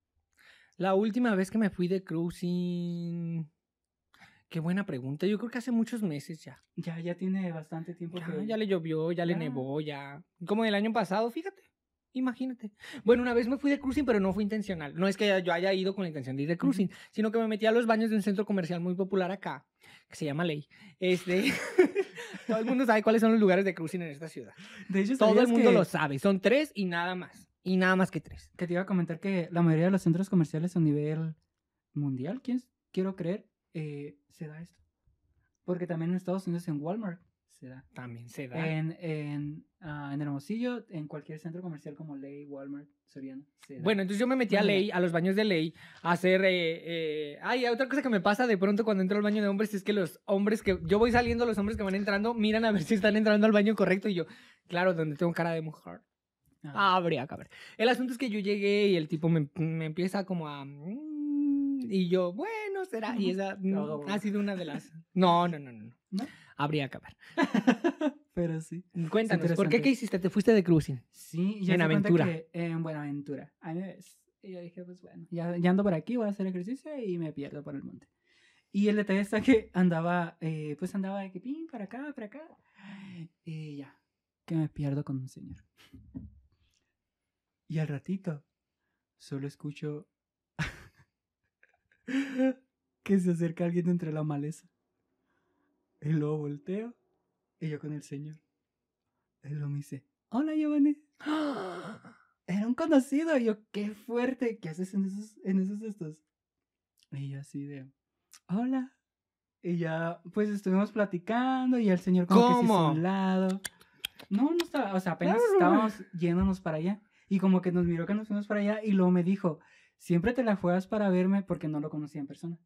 la última vez que me fui de cruising... Qué buena pregunta. Yo creo que hace muchos meses ya. Ya, ya tiene bastante tiempo Ya, que. Ah, ya le llovió, ya le Ya. nevó, ya. Como el año pasado, fíjate. Imagínate. Bueno, una vez me fui de cruising, pero no fue intencional. No es que yo haya ido con la intención de ir de cruising, sino que me metí a los baños de un centro comercial muy popular acá, que se llama Ley. Este, [LAUGHS] todo el mundo sabe cuáles son los lugares de cruising en esta ciudad. De hecho, Todo el Pues, ¿sabías mundo que- lo sabe. Son tres y nada más. Y nada más que tres. que te iba a comentar que la mayoría de los centros comerciales a nivel mundial, ¿quién s- quiero creer, eh, se da esto. Porque también en Estados Unidos, en Walmart, se da. También se da. En, en, ah, en Hermosillo, en cualquier centro comercial como Ley, Walmart, Soriana, se da. Bueno, entonces yo me metí a Bueno, ya. ley, a los baños de ley, a hacer... eh, eh, Ay, otra cosa que me pasa de pronto cuando entro al baño de hombres es que los hombres que... Yo voy saliendo, los hombres que van entrando miran a ver si están entrando al baño correcto y yo, claro, donde tengo cara de mujer. Ah, Ah, habría que ver. El asunto es que yo llegué y el tipo me, me empieza como a... mm, Y yo, bueno, será... Y esa mm, Todo bueno. ha sido una de las... No, no, no, no. no. ¿No? Habría que ver. pero sí. Cuéntanos, ¿por qué interesante. qué hiciste? ¿Te fuiste de cruising? [GASPS] Sí, y ya En se cuenta Aventura. que- en Buenaventura. A mí me- y yo dije, pues bueno, ya, ya ando por aquí, voy a hacer ejercicio y me pierdo por el monte. Y el detalle está que andaba, eh, pues andaba de que pin, para acá, para acá. Y ya, que me pierdo con un señor. Y al ratito, solo escucho [LAUGHS] que se acerca alguien de entre la maleza. Y luego volteo, y yo con el señor. Él lo me dice, hola Giovanni. Era un conocido. Y yo, qué fuerte, ¿qué haces en esos, en esos estos? Y yo así de, hola. Y ya, pues estuvimos platicando y el señor como que se hizo a ¿Cómo? Ah. un lado. No, no estaba, o sea, apenas estábamos yéndonos para allá. Y como que nos miró que nos fuimos para allá y luego me dijo, siempre te la juegas para verme porque no lo conocía en persona.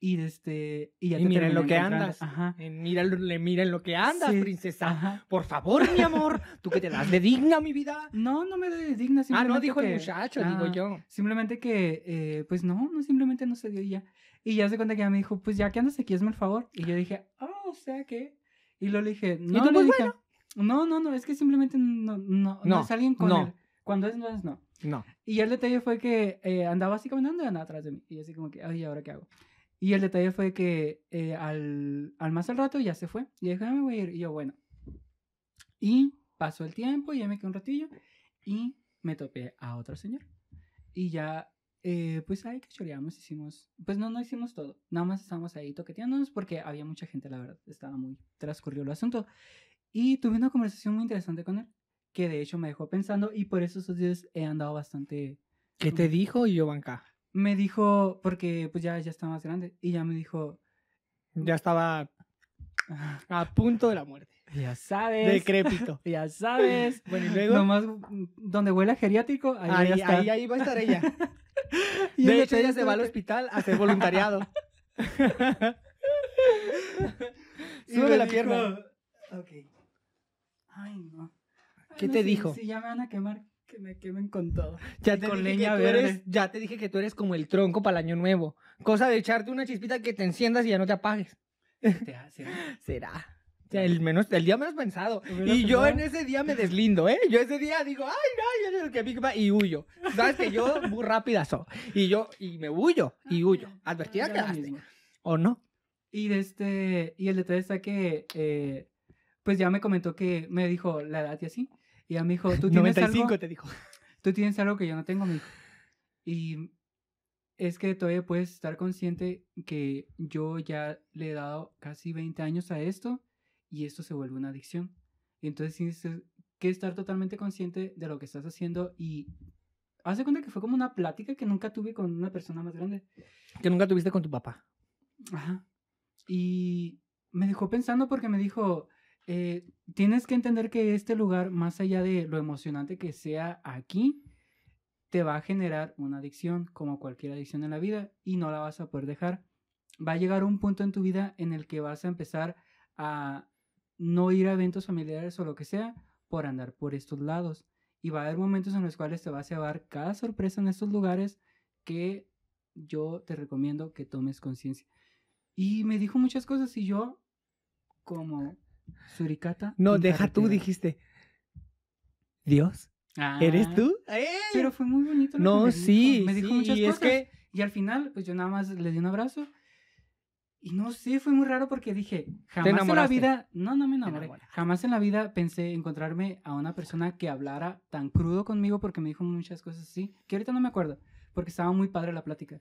Y este, y ya Y te mira en terminé lo que encontrando. andas. Ajá. Eh, mira, le mira en lo que andas, Sí, princesa. Ajá. Por favor, mi amor, tú que te das de digna, mi vida. No, no me doy digna. Ah, no, simplemente Ah, dijo el que- muchacho, Ah. digo yo. Simplemente que, eh, pues no, no, simplemente no se dio y ya. Y ya se cuenta que ya me dijo, pues ya que andas aquí, hazme el favor. Y yo dije, ah, o sea que. Y luego le dije, no, tú, le pues, dije, no, no, no, es que simplemente no, no, no, No, es alguien con no. él. Cuando es, no es, no. No. Y ya el detalle fue que eh, andaba así caminando y andaba atrás de mí. Y yo así como que, ay, ¿ahora qué hago? Y el detalle fue que eh, al, al más al rato ya se fue. Y dije, "Ah, me voy a ir. Y yo, bueno. Y pasó el tiempo, ya me quedé un ratillo. Y me topé a otro señor. Y ya, eh, pues ahí que choreamos, hicimos. Pues no, no hicimos todo. Nada más estábamos ahí toqueteándonos porque había mucha gente, la verdad. Estaba muy transcurrido el asunto. Y tuve una conversación muy interesante con él que de hecho me dejó pensando y por eso esos días he andado bastante. ¿Qué te dijo Giovanka? Me dijo, porque pues ya, ya está más grande, y ya me dijo, Ya estaba "Ah, a punto de la muerte. ya sabes, Decrépito. ya sabes. Bueno, y [LAUGHS] luego. Nomás mm, donde huele a geriátrico, ahí, voy a ahí, estar. ahí, ahí va a estar [LAUGHS] ella. Y De el hecho, ella detalle se va al es que- hospital a hacer [LAUGHS] voluntariado. y Sube me la dijo, pierna. Ok. Ay, no. Ay, ¿Qué no, te sí, dijo? Sí, ya me van a quemar, que me quemen con [LAUGHS] todo. Ya Y te, con dije que leña tú verde. eres, ya te dije que tú eres como el tronco para el año nuevo. Cosa de echarte una chispita que te enciendas y ya no te apagues. Te hace- Será. O sea, el, menos, el día menos pensado. Menos y yo en pensado. ese día me deslindo, ¿eh? Yo ese día digo, ay, no, ya no, que a mí que va", y huyo. Sabes que yo muy rápida soy. Y yo, y me huyo, y huyo. Advertida Ah, Ya lo quedaste. mismo. ¿O no? Y de este, y el detalle está que, eh, pues ya me comentó que me dijo la edad y así. Y ya me dijo, [LAUGHS] tú tienes 95 algo, te dijo. tú tienes algo que yo no tengo, me dijo. Y es que todavía puedes estar consciente que yo ya le he dado casi 20 años a esto y esto se vuelve una adicción. Entonces tienes que estar totalmente consciente de lo que estás haciendo y hace cuenta que fue como una plática que nunca tuve con una persona más grande. Que nunca tuviste con tu papá. Ajá. Y me dejó pensando porque me dijo, eh, tienes que entender que este lugar, más allá de lo emocionante que sea aquí, te va a generar una adicción, como cualquier adicción en la vida, y no la vas a poder dejar. Va a llegar un punto en tu vida en el que vas a empezar a no ir a eventos familiares o lo que sea por andar por estos lados. Y va a haber momentos en los cuales te vas a llevar cada sorpresa en estos lugares que yo te recomiendo que tomes conciencia. Y me dijo muchas cosas y yo, como suricata. No, en deja tú, carretera. dijiste. ¿Dios? ¿Eres Ah, tú? ¡Ey! Pero fue muy bonito. lo que no, me sí, dijo. Me dijo sí, muchas y cosas. es que Y al final, pues yo nada más le di un abrazo. Y no sé, fue muy raro porque dije, jamás en la enamoraste? vida, no, no me enamoré, enamoraste. jamás en la vida pensé encontrarme a una persona que hablara tan crudo conmigo porque me dijo muchas cosas así, que ahorita no me acuerdo, porque estaba muy padre la plática,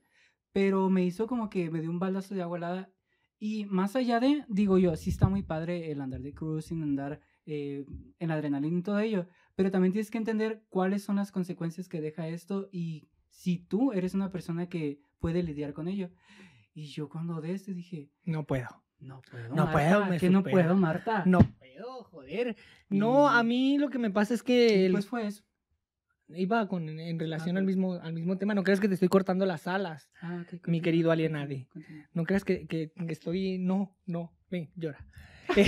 pero me hizo como que me dio un baldazo de agua helada y más allá de, digo yo, sí está muy padre el andar de cruising, andar eh, en adrenalina y todo ello, pero también tienes que entender cuáles son las consecuencias que deja esto y si tú eres una persona que puede lidiar con ello. Y yo cuando de este dije, no puedo. no puedo, No Marta, puedo, me que no supera. puedo, Marta. No puedo, joder. No, a Ah. Y- mí lo que me pasa es que Y el- Pues fue eso. iba con en, en relación Ah, al ok. mismo al mismo tema. No crees que te estoy cortando las alas. Ah, ok, Mi continúa, querido continúa, alienade. continúa. No creas que, que- que estoy. No, [LAUGHS] no. Ven, llora. Ay,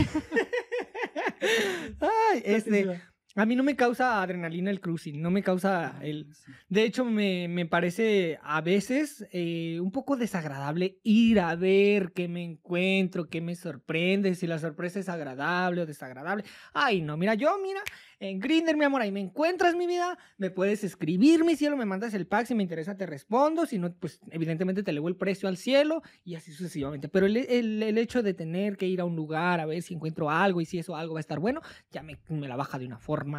este. Continúa. A mí no me causa adrenalina el cruising, no me causa ah, el... Sí. De hecho, me, me parece a veces eh, un poco desagradable ir a ver qué me encuentro, qué me sorprende, si la sorpresa es agradable o desagradable. Ay, no, mira, yo, mira, en Grinder, mi amor, ahí me encuentras mi vida, me puedes escribir, mi cielo, me mandas el pack, si me interesa te respondo, si no, pues evidentemente te elevo el precio al cielo y así sucesivamente. Pero el, el- el hecho de tener que ir a un lugar a ver si encuentro algo y si eso algo va a estar bueno, ya me, me la baja de una forma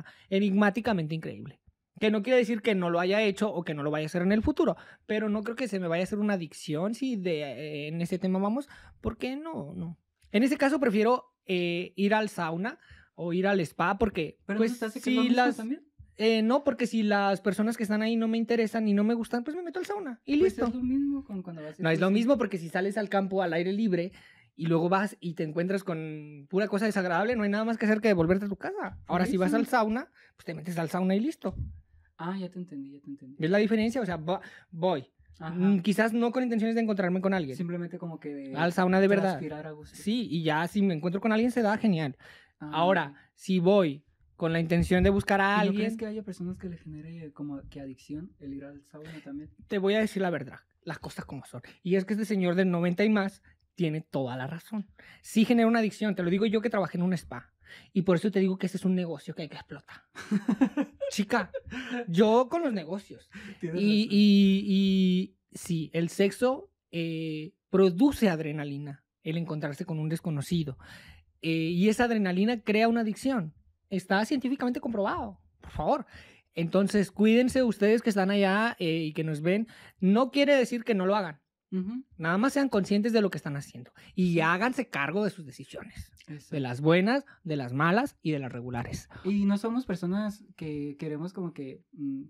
enigmáticamente increíble. Que no quiere decir que no lo haya hecho o que no lo vaya a hacer en el futuro, pero no creo que se me vaya a hacer una adicción si de, eh, en este tema vamos, porque no, no. En ese caso prefiero eh, ir al sauna o ir al spa porque Pero pues pues, ¿no si si las... las también? eh, no porque si las personas que están ahí no me interesan y no me gustan pues me meto al sauna y Pues listo es lo mismo con cuando vas a ir no es lo cruising. mismo porque si sales al campo al aire libre y luego vas y te encuentras con pura cosa desagradable no hay nada más que hacer que devolverte a tu casa ahora si vas eso. al sauna pues te metes al sauna y listo Ah, ya te entendí, ya te entendí. ¿Ves la diferencia? O sea, va- voy. Ajá. Mm, Quizás no con intenciones de encontrarme con alguien. Simplemente como que de... al sauna de verdad. transpirar a gusto. Sí, y ya si me encuentro con alguien se da genial. Ah, Ahora, si voy con la intención de buscar a ¿Y no crees alguien, que haya personas que le genere como que adicción el ir al sauna también? te voy a decir la verdad, las cosas como son. Y es que este señor del 90 y más tiene toda la razón. Sí genera una adicción, te lo digo yo que trabajé en un spa. Y por eso te digo que ese es un negocio que hay que explotar. Chica, yo con los negocios. Y, y- y sí, el sexo eh, produce adrenalina, el encontrarse con un desconocido. Eh, y esa adrenalina crea una adicción. Está científicamente comprobado, por favor. Entonces, cuídense ustedes que están allá eh, y que nos ven. No quiere decir que no lo hagan. Ujú, Nada más sean conscientes de lo que están haciendo y háganse cargo de sus decisiones, eso. de las buenas, de las malas y de las regulares. Y no somos personas que queremos como que... mm,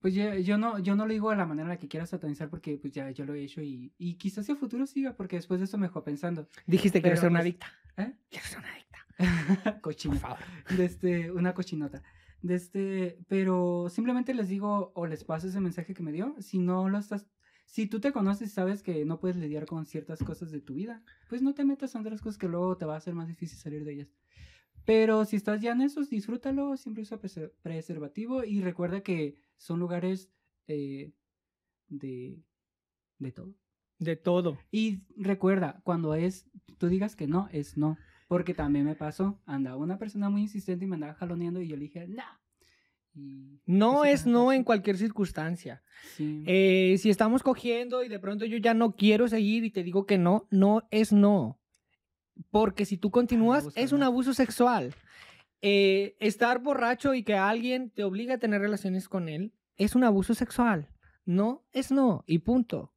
Pues ya- yo, no, yo no lo digo de la manera en la que quiera satanizar porque pues ya yo lo he hecho y, y quizás el futuro siga porque después de eso me dejó pensando. Dijiste que Pero, eres una pues, adicta. ¿eh? Quiero ser una adicta, por Cochino. favor. Desde este, una cochinota. Desde, pero simplemente les digo o les paso ese mensaje que me dio. Si no lo estás, si tú te conoces y sabes que no puedes lidiar con ciertas cosas de tu vida, pues no te metas en otras cosas que luego te va a ser más difícil salir de ellas. Pero si estás ya en esos, disfrútalo, siempre usa preser- preservativo y recuerda que son lugares eh, de, de todo. De todo. Y recuerda, cuando es, tú digas que no, es no. Porque también me pasó, andaba una persona muy insistente y me andaba jaloneando y yo le dije, no. Y No Eso es también no pasa. en cualquier circunstancia. sí. Eh, si estamos cogiendo y de pronto yo ya no quiero seguir y te digo que no, no es no. Porque si tú continúas, abuso, es un ¿no? abuso sexual. Eh, estar borracho y que alguien te obliga a tener relaciones con él es un abuso sexual. No es no y punto.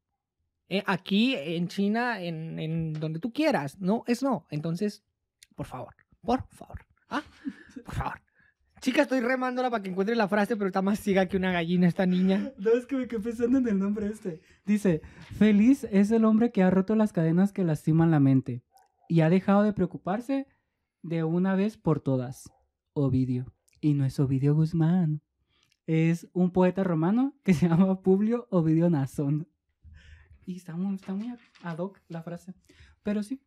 Eh, aquí, en China, en, en donde tú quieras, no es no. Entonces, por favor, por favor. ¿ah? Por favor. Chica, estoy remándola para que encuentre la frase, pero está más ciega que una gallina esta niña. No, es que me quedé pensando en el nombre este. Dice, feliz es el hombre que ha roto las cadenas que lastiman la mente y ha dejado de preocuparse de una vez por todas. Ovidio. Y no es Ovidio Guzmán. Es un poeta romano que se llama Publio Ovidio Nazón. Y está muy, está muy ad hoc la frase. Pero sí,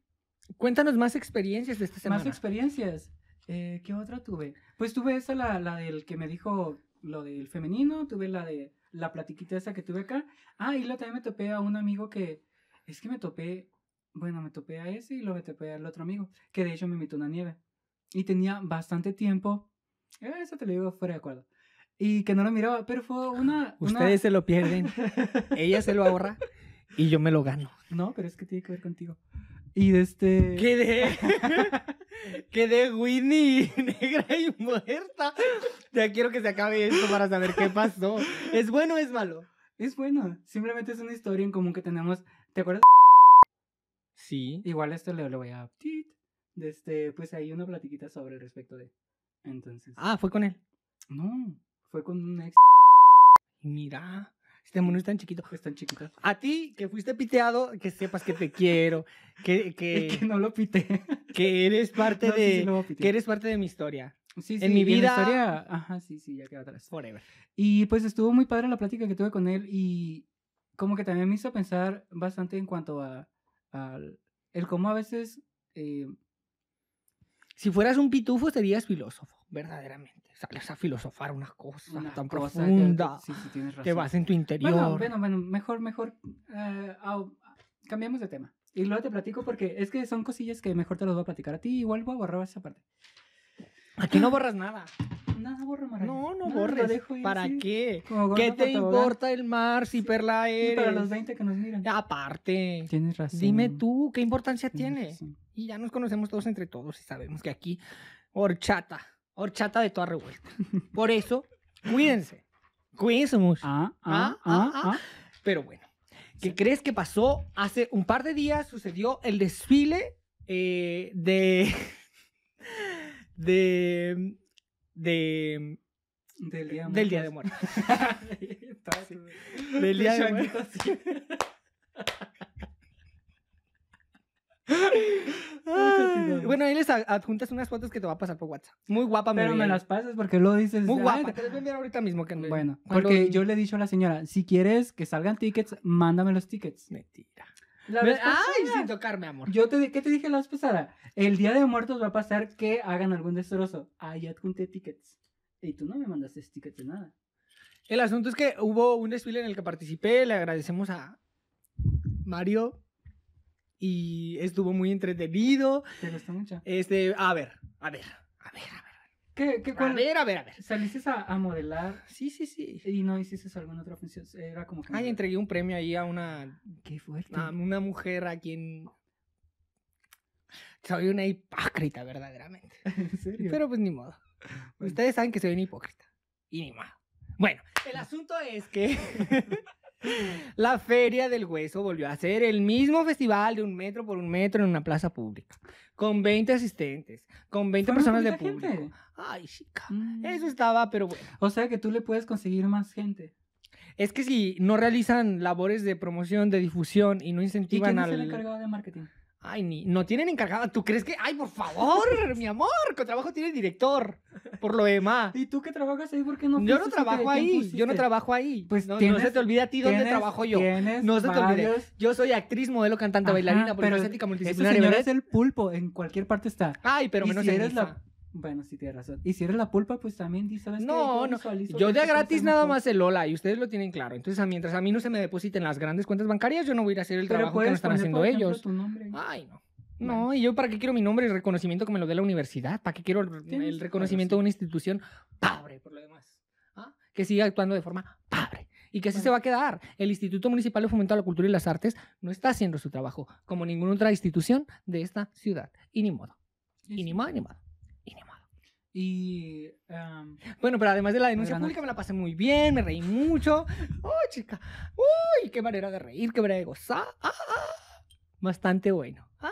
Cuéntanos más experiencias de esta semana. más experiencias. Eh, ¿Qué otra tuve? Pues tuve esa, la, la del que me dijo lo del femenino, tuve la de la platiquita esa que tuve acá. Ah, y luego también me topé a un amigo que, es que me topé, bueno, me topé a ese y luego me topé al otro amigo, que de hecho me invitó a una nieve. Y tenía bastante tiempo, eh, eso te lo digo fuera de acuerdo, y que no lo miraba, pero fue una... una- Ustedes se lo [LAUGHS] pierden, ella se lo ahorra y yo me lo gano. No, pero es que tiene que ver contigo. Y de este... Quedé, [LAUGHS] quedé Winnie negra y muerta. Ya quiero que se acabe esto para saber qué pasó. ¿Es bueno o es malo? Es bueno, simplemente es una historia en común que tenemos. ¿Te acuerdas? Sí. Igual esto le, le voy a... tit, de Este, pues hay una platiquita sobre el respecto de... Entonces... Ah, fue con él. No, fue con un ex Mira, este mono es tan chiquito. pues tan chiquita. A ti, que fuiste piteado, que sepas que te quiero, que, Es que que, no lo pité. [LAUGHS] que eres parte No, sí, sí Eh, de... lo voy a pitear. que eres parte de mi historia. Sí, en sí, mi y la vida- historia- Ajá, sí, sí, ya quedó atrás. Forever. Y pues estuvo muy padre la plática que tuve con él y como que también me hizo pensar bastante en cuanto a, al- el cómo a veces eh, si fueras un pitufo serías filósofo, verdaderamente. Sales a filosofar una cosa Una Ah, tan cosa que- profunda Sí, sí, tienes razón. que vas en tu interior. Bueno, bueno, bueno, mejor, mejor. eh, au- cambiamos de tema. Y luego te platico porque es que son cosillas que mejor te las voy a platicar a ti. Igual voy a borrar esa parte. Aquí no borras [CLEARS THROAT] nada. Nada, borro, Mara. No, no lo borres. dejo ir ¿Para así, qué? como gordo ¿Qué te para tobogán. importa el mar si perla Y eres? para los 20 que nos miran. Aparte, Tienes razón. dime tú, ¿qué importancia tienes tiene? razón. Y ya nos conocemos todos entre todos y sabemos que aquí horchata, horchata de toda [LAUGHS] revuelta. Por eso, cuídense. Cuídense mucho. Ah, ah, Ah, ah, ah, ah. Pero bueno, ¿qué Sí. crees que pasó? Hace un par de días sucedió el desfile eh, de, [LAUGHS] de, de, Del día, del Día de Muertos. [LAUGHS] Del Del Día día de [LAUGHS] continúa. Ah, Bueno, ahí les a- adjuntas unas fotos que te va a pasar por WhatsApp. Muy guapa, me Pero me veía. las pasas porque lo dices. Muy "Ay, guapa. Te las voy a enviar ahorita mismo, que Bueno, porque yo le he dicho a la señora, si quieres que salgan tickets, mándame los tickets. Mentira. La Ve- vez Ay, pasada, sin tocarme, amor. Yo te, di- ¿Qué te dije la vez pasada? El día de muertos va a pasar que hagan algún destrozo. Ah, ya adjunté tickets. Y tú no me mandaste tickets de nada. El asunto es que hubo un desfile en el que participé, le agradecemos a Mario y estuvo muy entretenido. ¿Te gustó mucho? Este, a ver, a ver, a ver, a ¿Qué, qué ver. A cuál? ver, a ver, a ver. Saliste a, a modelar Sí, sí, sí. y no hiciste alguna otra función. Era como que... Ay, Ah, entregué un premio ahí a una, Qué fuerte. a una mujer a quien... Soy una hipócrita, [LAUGHS] verdaderamente. [LAUGHS] ¿En serio? Pero pues ni modo. Bueno. Ustedes saben que soy un hipócrita. Y ni modo. Bueno, el asunto es que [LAUGHS] la Feria del Hueso volvió a ser el mismo festival de un metro por un metro en una plaza pública. Con 20 asistentes, con 20 Fueron personas de poquita público. gente. Ay, chica. Mm. Eso estaba, pero bueno. O sea que tú le puedes conseguir más gente. Es que si no realizan labores de promoción, de difusión y no ¿Y incentivan quién es el al... encargado de marketing? Ay, ni, no tienen encargada. ¿Tú crees que...? Ay, por [LAUGHS] favor, mi amor, con trabajo tiene director. Por lo demás. ¿Y tú que trabajas ahí? ¿Por qué no yo no fuiste? trabajo ¿Qué- qué ahí, yo no pusiste? trabajo ahí. Pues no, no se tienes- te olvide a ti dónde Tienes- trabajo yo. tienes No se te olvide. varios- Yo soy actriz, modelo, cantante, Ajá, bailarina, pero polifacética, Ese multidisciplinaria, señor ¿verdad? es el pulpo, en cualquier parte está. Ay, pero Y menos si en eres la- Niza. Bueno, sí tienes razón. Y si eres la pulpa, pues también di, ¿sabes qué? No, no. visualizo Yo que de esto puede gratis ser nada mejor. más el hola y ustedes lo tienen claro. Entonces, a- mientras a mí no se me depositen las grandes cuentas bancarias, yo no voy a ir a hacer el Pero trabajo que puedes no están poner, haciendo por ejemplo, ellos. Ah, tu nombre. Ay, no. Bueno. No, y yo para qué quiero mi nombre y reconocimiento que me lo dé la universidad, para qué quiero el, Tienes- el reconocimiento de bueno, una institución pobre por lo demás, ¿ah? que siga actuando de forma pobre y que así se Bueno. va a quedar. El Instituto Municipal de Fomento a la Cultura y las Artes no está haciendo su trabajo como ninguna otra institución de esta ciudad. Y ni modo, y ni modo, y ni modo, y ni modo. Y, um, Bueno, pero además de la denuncia Pero no- pública me la pasé muy bien, me reí mucho. ¡Oh, chica! ¡Uy! ¡Qué manera de reír, qué manera de gozar! ¡Ah, ah! Bastante bueno. ¿ah?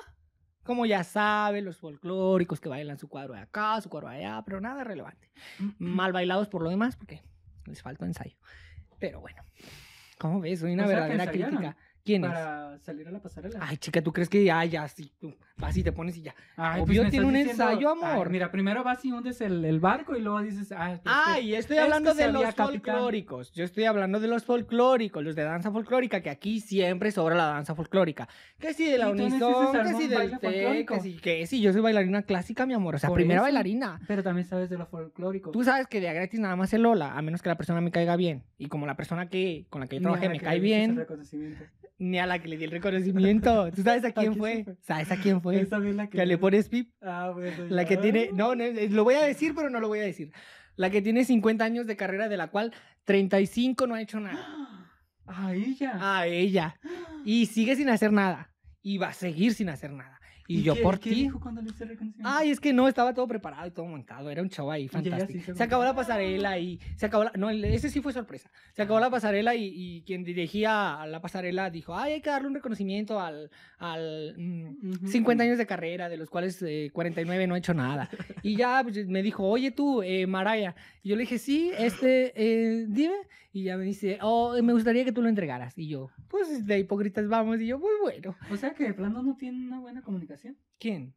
Como ya saben, los folclóricos que bailan su cuadro de acá, su cuadro de allá, pero nada relevante. Mm, mm, Mal bailados por lo demás, porque les falta ensayo. Pero bueno, ¿cómo ves? Soy una O sea, que verdadera ensayaron crítica. ¿Quién es? para salir a la pasarela. Ay, chica, ¿tú crees que ya, ya, sí, tú vas y te pones y ya? Ay, pues obvio me tiene estás un diciendo- ensayo, amor. Ay, mira, primero vas y hundes el, el barco y luego dices, ay, pues, Ay, estoy es que hablando se de los había capitán. folclóricos. Yo estoy hablando de los folclóricos, los de danza folclórica, que aquí siempre sobra la danza folclórica. Que si de la ¿Y tú no hiciste unison, que algún si del baile té, folclórico? que si, que si. Yo soy bailarina clásica, mi amor. O sea, Por primera eso. bailarina. pero también sabes de lo folclórico. Tú sabes que de a gratis nada más el hola, a menos que la persona me caiga bien. Y como la persona que con la que yo Ni trabajé a la me que cae le dices el bien, reconocimiento. ni a la que le di el reconocimiento. ¿Tú [LAUGHS] sabes a quién quién se fue? fue? ¿Sabes a quién fue? Esa es la que... Que le pones pip. Ah, bueno, La que ya. tiene, no, no, eh, lo voy a decir, pero no lo voy a decir. La que tiene 50 años de carrera, de la cual 35 no ha hecho nada. [GASPS] Ahí ya. A ella. Y sigue sin hacer nada. Y va a seguir sin hacer nada. Y, yo qué- por qué ti. dijo cuando le hice reconocimiento? Ay, es que no, estaba todo preparado y todo montado. Era un chavo ahí, ella sí fantástico. se se acabó la montó. pasarela y. Se acabó la. No, el- ese sí fue sorpresa. Se acabó la pasarela y, y quien dirigía a la pasarela dijo: Ay, hay que darle un reconocimiento al. al mm, Ujú. 50 años de carrera, de los cuales eh, 49 no he hecho nada. Y ya pues, me dijo, oye tú, eh, Maraya. Y yo le dije, sí, este, eh, dime. Y ya me dice, oh, me gustaría que tú lo entregaras. Y yo, pues de hipócritas vamos. Y yo, pues bueno. O sea que de plano no tiene una buena comunicación. ¿Quién?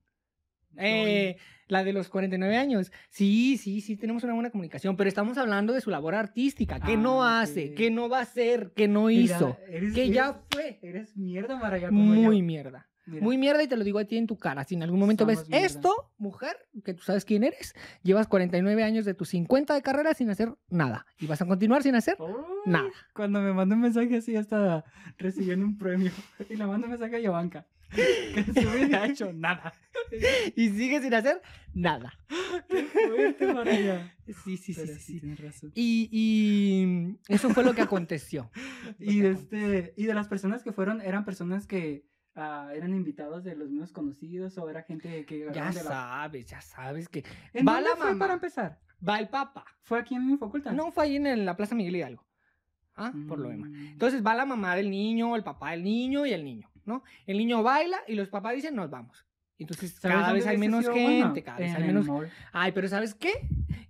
Eh, la de los 49 años. Sí, sí, sí, tenemos una buena comunicación, pero estamos hablando de su labor artística. ¿Qué no Ah, hace? ok. ¿Qué no va a hacer? ¿Qué no Mira, hizo? eres- Que eres- ya fue Eres mierda, Maraya, como muy yo. mierda. Mira. Muy mierda y te lo digo a ti en tu cara. Si en algún momento Somos ves mierda. esto, mujer, que tú sabes quién eres, llevas 49 años de tus 50 de carrera sin hacer nada. Y vas a continuar sin hacer Uy, [LAUGHS] nada. Cuando me manda un mensaje así, hasta recibiendo un premio. [LAUGHS] Y le mando un mensaje a Yovanka. [LAUGHS] [LAUGHS] Que se hubiera hecho nada. Y sigues sin hacer nada. Fuerte para ella. Sí, sí, sí, Pero sí. sí. tienes razón. Y, y eso fue lo que [LAUGHS] aconteció. Y, este, y de las personas que fueron, eran personas que ah, eran invitados de los mismos conocidos o era gente que... Ya agarraron de la... sabes, ya sabes que ¿En Va dónde la fue mamá. para empezar? va el Papa. ¿Fue aquí en mi facultad? No fue ahí en, el- la Plaza Miguel Hidalgo. Ah, por lo demás. Mm. Entonces va la mamá del niño, el papá del niño y el niño, ¿no? El niño baila y los papás dicen, nos vamos. Entonces ¿Sabes cada dónde vez hay hubiese menos sido gente, bueno? cada vez En hay el menos... mall. Ay, pero ¿sabes qué?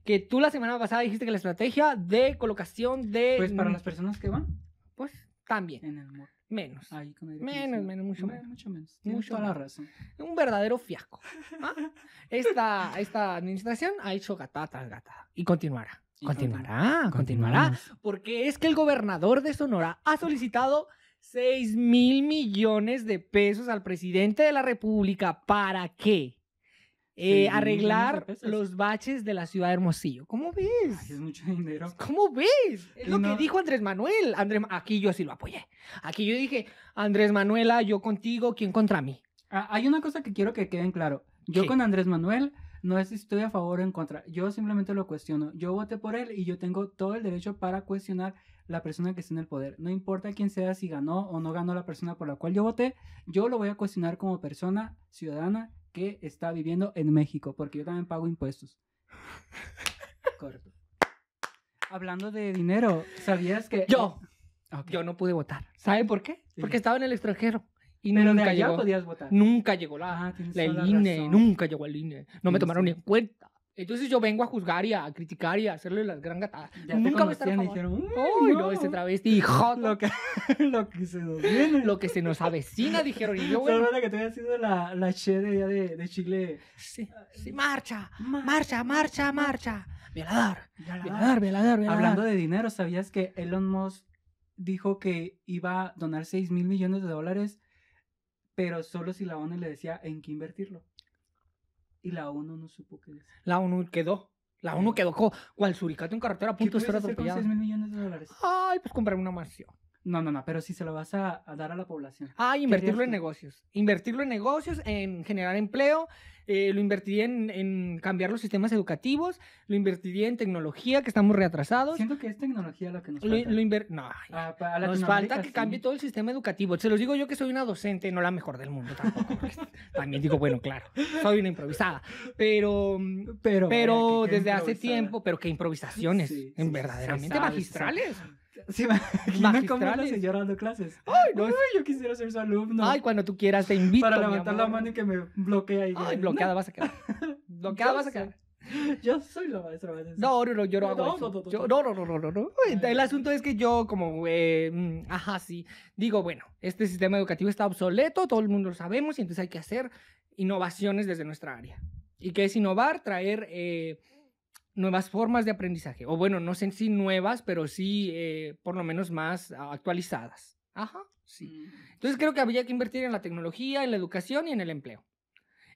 Que tú la semana pasada dijiste que la estrategia de colocación de... Pues para mm, las personas que van Pues también, en el mall. menos. Ahí con aire Menos, acondicionado. menos, mucho Me- menos. Mucho menos. Tienes Mucho toda la menos. razón. Un verdadero fiasco. ¿ah? Esta, esta administración ha hecho gatada tras gatada. Y continuará. Y continuará, Ah, continuará. Porque es que el gobernador de Sonora ha solicitado 6 mil millones de pesos al presidente de la República. ¿Para qué? Eh, mil millones arreglar de pesos. los baches de la ciudad de Hermosillo. ¿Cómo ves? Ay, es mucho dinero. ¿Cómo ves? Es Y lo no- que dijo Andrés Manuel. Andrés, Ma- aquí yo sí lo apoyé. Aquí yo dije, Andrés Manuela, yo contigo, ¿quién contra mí? Ah, hay una cosa que quiero que queden claro. Yo ¿Qué? con Andrés Manuel no es si estoy a favor o en contra. Yo simplemente lo cuestiono. Yo voté por él y yo tengo todo el derecho para cuestionar la persona que está en el poder. No importa quién sea, si ganó o no ganó la persona por la cual yo voté, yo lo voy a cuestionar como persona ciudadana que está viviendo en México, porque yo también pago [LAUGHS] impuestos. Correcto. Hablando de dinero, ¿sabías que... Yo. Ok. Yo no pude votar. ¿sabe por qué? Sí. Porque estaba en el extranjero. Y Pero de nunca allá llegó. podías votar. Nunca llegó la, Ah, tienes la toda INE. razón. Nunca llegó el INE. No me Tienes tomaron ni toda- en cuenta. Entonces yo vengo a juzgar y a criticar y a hacerle las gran gatadas. Pues Ya te nunca me conocían estarán y dijeron, "Uy, ¡Ay, no! Ese travesti, hijo. [LAUGHS] lo Lo, que, [LAUGHS] lo que se nos viene. que se nos [LAUGHS] avecina, dijeron. Y yo, bueno, Solo la que te había sido la, la che de, allá de, de Chile. sí, sí, marcha, marcha, marcha, marcha. Violador, Ya la- violador, violador, violador. Hablando de dinero, ¿sabías que Elon Musk dijo que iba a donar 6 mil millones de dólares, pero solo si la ONU le decía en qué invertirlo? Y la ONU no supo qué decir. La ONU quedó. La ONU quedó co- cual suricato en carretera a ¿Qué punto de puedes ser hacer con atropellado. 6 mil millones de dólares? Ay, pues comprarme una mansión. No, no, no, pero si se lo vas a, a dar a la población. Ah, invertirlo en tú? negocios. Invertirlo en negocios, en generar empleo. eh, lo invertiría en, en cambiar los sistemas educativos. Lo invertiría en tecnología, que estamos reatrasados. Siento que es tecnología lo que nos Lo, falta. lo inver- No, ay, Ah, pa- a nos Latinoamérica, falta que sí. cambie todo el sistema educativo. Se los digo yo que soy una docente, no la mejor del mundo tampoco. porque [LAUGHS] También digo, bueno, claro, soy una improvisada. Pero, Pero, pero vaya, qué- qué desde hace improvisada. [LAUGHS] tiempo, pero qué improvisaciones, Sí, en sí, verdaderamente se sabe, magistrales. Sí, me [LAUGHS] imagino cómo es la Magistrales. señora dando clases. Ay, no, Uy, yo quisiera ser su alumno. ay, cuando tú quieras te invito. para mi levantar la amor. mano y que me bloquee ahí. Ay, No, bloqueada vas a [LAUGHS] quedar. Bloqueada Yo vas a sé. quedar. [LAUGHS] Yo soy la maestra. maestra. No, no, no, yo no No, hago no, eso. no, no, Yo- no. no, no, no, no, no, no. Ay, El no. asunto es que yo como, eh, mm, ajá, sí, digo, bueno, este sistema educativo está obsoleto, todo el mundo lo sabemos, y entonces hay que hacer innovaciones desde nuestra área. ¿Y qué es innovar? Traer eh, nuevas formas de aprendizaje. O bueno, no sé si nuevas, pero sí eh, por lo menos más ah, actualizadas. Ajá, sí. Entonces creo que habría que invertir en la tecnología, en la educación y en el empleo.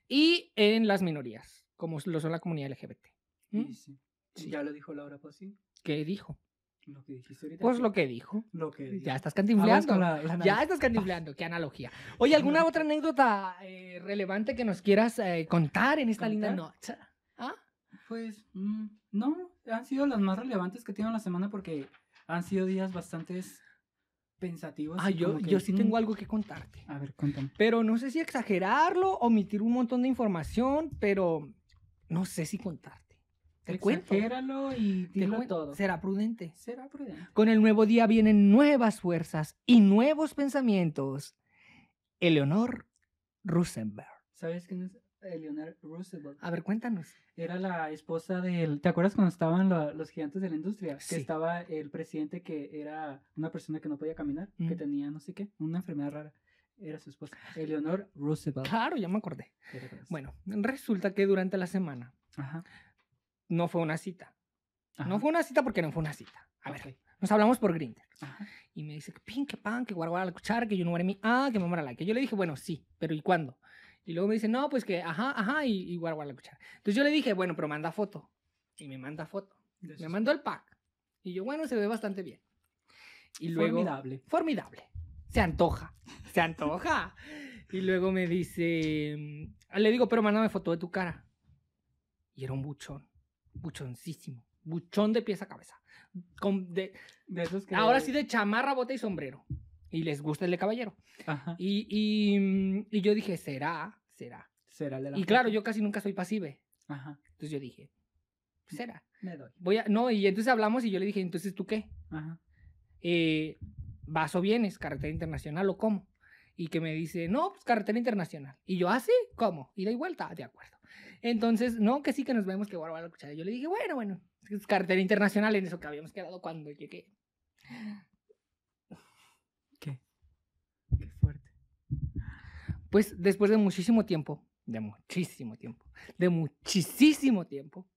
Y en las minorías, como lo son la comunidad LGBT. Mm. ¿Mm? Y sí. Sí. Ya lo dijo Laura Posi. ¿Qué dijo? Lo que dijiste ahorita. Pues lo que dijo. Lo que dijo. Ya estás Aguas cantinfleando. con la- la Ya nariz. estás cantinfleando. Qué analogía. Oye, ¿alguna otra anécdota eh, relevante que nos quieras eh, contar en esta linda noche? ¿Ah? Pues, mm, no, han sido las más relevantes que tienen la semana porque han sido días bastante pensativos. Ah, y yo, como que, yo sí tengo mm. algo que contarte. A ver, cuéntame. Pero no sé si exagerarlo, omitir un montón de información, pero no sé si contarte. Te cuento. Exagéralo y Te dilo cuen- todo. Será prudente. Será prudente. Con el nuevo día vienen nuevas fuerzas y nuevos pensamientos. Eleonor Rosenberg. ¿Sabes quién es Eleanor Roosevelt? A ver, cuéntanos. Era la esposa del... ¿Te acuerdas cuando estaban la- los gigantes de la industria? Sí. Que estaba el presidente que era una persona que no podía caminar, que Ujú. tenía no sé qué, una enfermedad rara. Era su esposa. Eleanor Roosevelt. Claro, ya me acordé. ¿Te acuerdas? Ah, Bueno, resulta que durante la semana Ajá. no fue una cita. ajá, No fue una cita porque no fue una cita. A ver, ok. Nos hablamos por Grindr. Ajá. Y me dice, que pin, que pan, que guarguar la cuchara, que yo no era mi, ah, que mamá la que. Yo le dije, bueno, sí, pero ¿y cuándo? Y luego me dice, no, pues que, ajá, ajá, y, y guarguar la cuchara. Entonces yo le dije, bueno, pero manda foto. Y me manda foto. Me mandó el pack. Y yo, bueno, se ve bastante bien. Y luego, Formidable. formidable. Se antoja, se antoja. y luego me dice, mm, ah, le digo, pero mándame foto de tu cara. Y era un buchón, buchoncísimo, buchón de pies a cabeza. Con, de, De esos que- Ahora sí de chamarra, bota y sombrero. Y les gusta el de caballero. Ajá. Y, y, mm, y yo dije, será, será. Será el de la Y foto. claro, yo casi nunca soy pasive. Ajá. Entonces yo dije, será. Me doy. Voy a, no, y entonces hablamos y yo le dije, entonces tú qué? Ajá. Eh, ¿Vas o vienes? ¿Carretera internacional o cómo? Y que me dice, no, pues carretera internacional. Y yo, ¿ah, sí? ¿Cómo? ¿Ida y vuelta? De acuerdo. Entonces, no, que sí que nos vemos, que guarda la cuchara. Yo le dije, bueno, bueno, es carretera internacional en eso que habíamos quedado cuando llegué. ¿Qué? Qué fuerte. Pues después de muchísimo tiempo, de muchísimo tiempo, de muchísimo tiempo,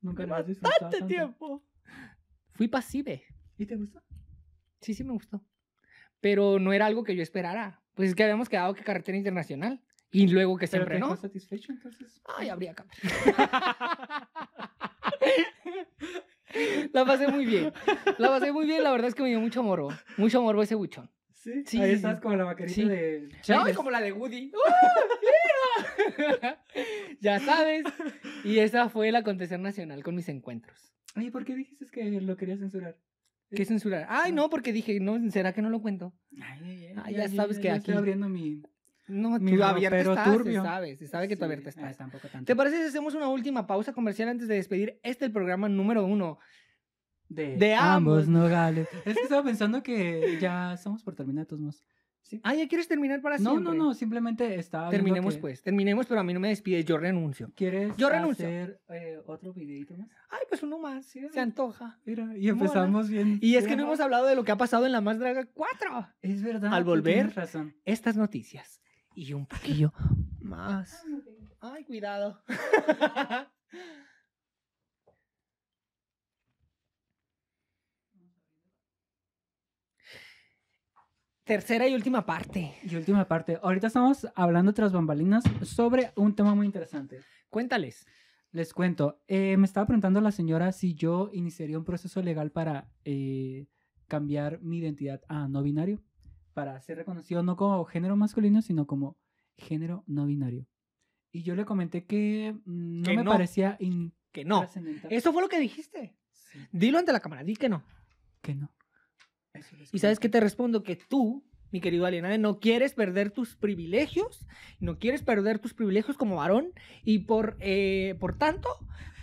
Nunca de lo has disfrutado bastante tanto. tiempo, fui pasive. ¿Y te gusta? Sí, sí me gustó. Pero no era algo que yo esperara. Pues es que habíamos quedado que carretera internacional y luego que ¿Pero te siempre no. dejó satisfecho entonces? Ay, habría que... La pasé muy bien. La pasé muy bien. La verdad es que me dio mucho morbo. Mucho morbo ese buchón. Sí. Sí. Ahí estás como la vaquerita Sí. de... No, Charles. como la de Woody. [LAUGHS] ¡Ah! ¡Mira! ya sabes. Y esa fue el acontecer nacional con mis encuentros. Oye, ¿por qué dijiste que lo querías censurar? ¿Qué censurar? Ay, Eh, no, porque dije, no, ¿será que no lo cuento? Ay, Ah, ya sabes que estoy aquí- abriendo mi... No, Mi tú abierta ropero estás, turbio. se sabe, se sabe que tú Sí, abierta ah, estás. tampoco tanto. ¿Te parece si hacemos una última pausa comercial antes de despedir este el programa número uno? De, de ambos. ambos [LAUGHS] nogales. es que estaba pensando que ya estamos por terminar de todos modos. Sí. Ah, ya quieres terminar para No, siempre. no, no, simplemente estaba viendo Terminemos que- pues, terminemos, pero a mí no me despides, yo renuncio. ¿Quieres Yo renuncio. hacer eh, otro videito más? Ay, pues uno más, Sí, se antoja. Mira, Mola. y empezamos bien. Y es que bien, no ¿no? hemos hablado de lo que ha pasado en la Más Draga 4. Es verdad. Al tú volver- tienes razón. Estas noticias y un poquillo más. Ay, cuidado. [LAUGHS] Tercera y última parte. Y última parte. Ahorita estamos hablando tras bambalinas sobre un tema muy interesante. Cuéntales. Les cuento. eh, me estaba preguntando la señora si yo iniciaría un proceso legal para eh, cambiar mi identidad a no binario. Para ser reconocido no como género masculino, sino como género no binario. Y yo le comenté que mm, no Que me no. parecía Que no. intrascendental. Eso fue lo que dijiste. Sí, Dilo ante la cámara, di que no. que no. Eso les Y sabes comenté. que te respondo que tú, mi querido alienade, no quieres perder tus privilegios, no quieres perder tus privilegios como varón y por, eh, por tanto,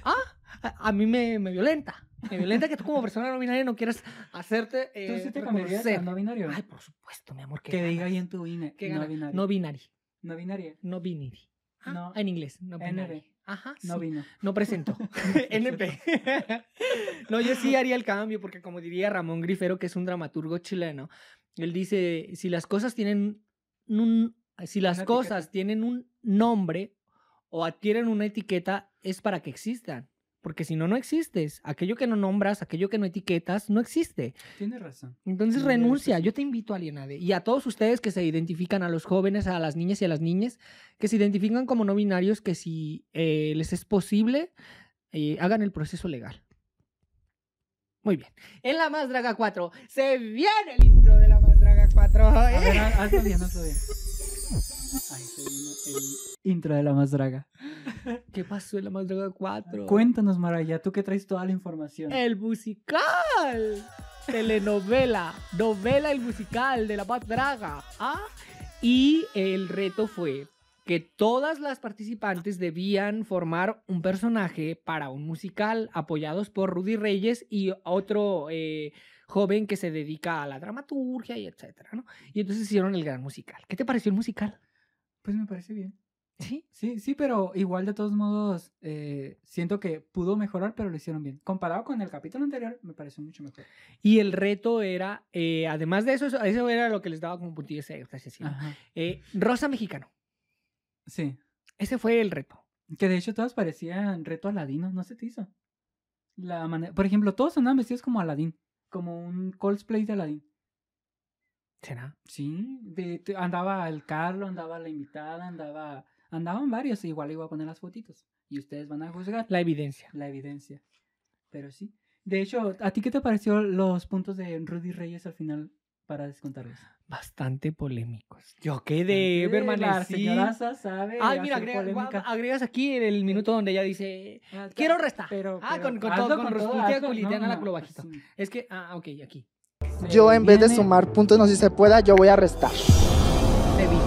ah, a, a mí me, me violenta. Me violenta que tú como persona no binaria no quieras hacerte eh, ¿Tú sí te cambiarías a reconocer. no binario? Ay, por supuesto, mi amor. que Que gana, diga ahí en tu INE. que no gana. binario. No binaria. No binaria. No binaria. Ah, No. en inglés, no NB. binaria. Ajá, No sí. vino. No presentó. [LAUGHS] NP. no, yo sí haría el cambio, porque como diría Ramón Grifero, que es un dramaturgo chileno, él dice, si las cosas tienen un... Si las Una cosas tienen un nombre o adquieren una etiqueta, es para que existan. Porque si no, no existes. Aquello que no nombras, aquello que no etiquetas, no existe. Tienes razón. Entonces Sí, renuncia. sí. Yo te invito, Alienade, y a todos ustedes que se identifican, a los jóvenes, a las niñas y a las niñas, que se identifican como no binarios, que si eh, les es posible, eh, hagan el proceso legal. Muy bien. En la Más Draga 4, se viene el intro de la Más Draga 4. A ¿eh? ver, haz- hazlo bien, hazlo bien. Ahí se vino el intro de la más draga. ¿Qué pasó en la Más Draga 4? Cuéntanos, Maraya, tú que traes toda la información. El musical. Telenovela. Novela el musical de la Paz Draga. ¿ah? Y el reto fue que todas las participantes debían formar un personaje para un musical apoyados por Rudy Reyes y otro eh, joven que se dedica a la dramaturgia y etcétera, ¿no? Y entonces hicieron el gran musical. ¿Qué te pareció el musical? Pues me parece bien. Sí. Sí, sí, pero igual de todos modos, eh, siento que pudo mejorar, pero lo hicieron bien. Comparado con el capítulo anterior, me pareció mucho mejor. Y el reto era, eh, además de eso, eso, eso era lo que les daba como puntillas extras, así, ¿no? Ajá. Eh, Rosa Mexicano. Sí. Ese fue el reto. Que de hecho todas parecían reto aladino, no se te hizo. La mane- Por ejemplo, todos andaban vestidos como Aladín. como un cosplay de Aladdin. ¿Será? Sí, de- te- andaba el Carlo, andaba la invitada, andaba, andaban varios, igual iba a poner las fotitos y ustedes van a juzgar la, La evidencia. la evidencia. Pero sí. De hecho, ¿a ti qué te pareció los puntos de Rudy Reyes al final para descontarlos? Bastante polémicos. Yo quedé, La permanecí. señora Asa sabe. Ay, mira, hacer agrega- polémica. guau, agregas aquí en el minuto donde ella dice, Ah, está- quiero restar. Pero, ah, pero- con, con hazlo todo, con, Rasputia hazlo, Culitiana no, la no, culo bajito. así. Es que, ah, ok, aquí. Se Yo en vez de viene- sumar puntos, no sé si se pueda, yo voy a restar. Se viene,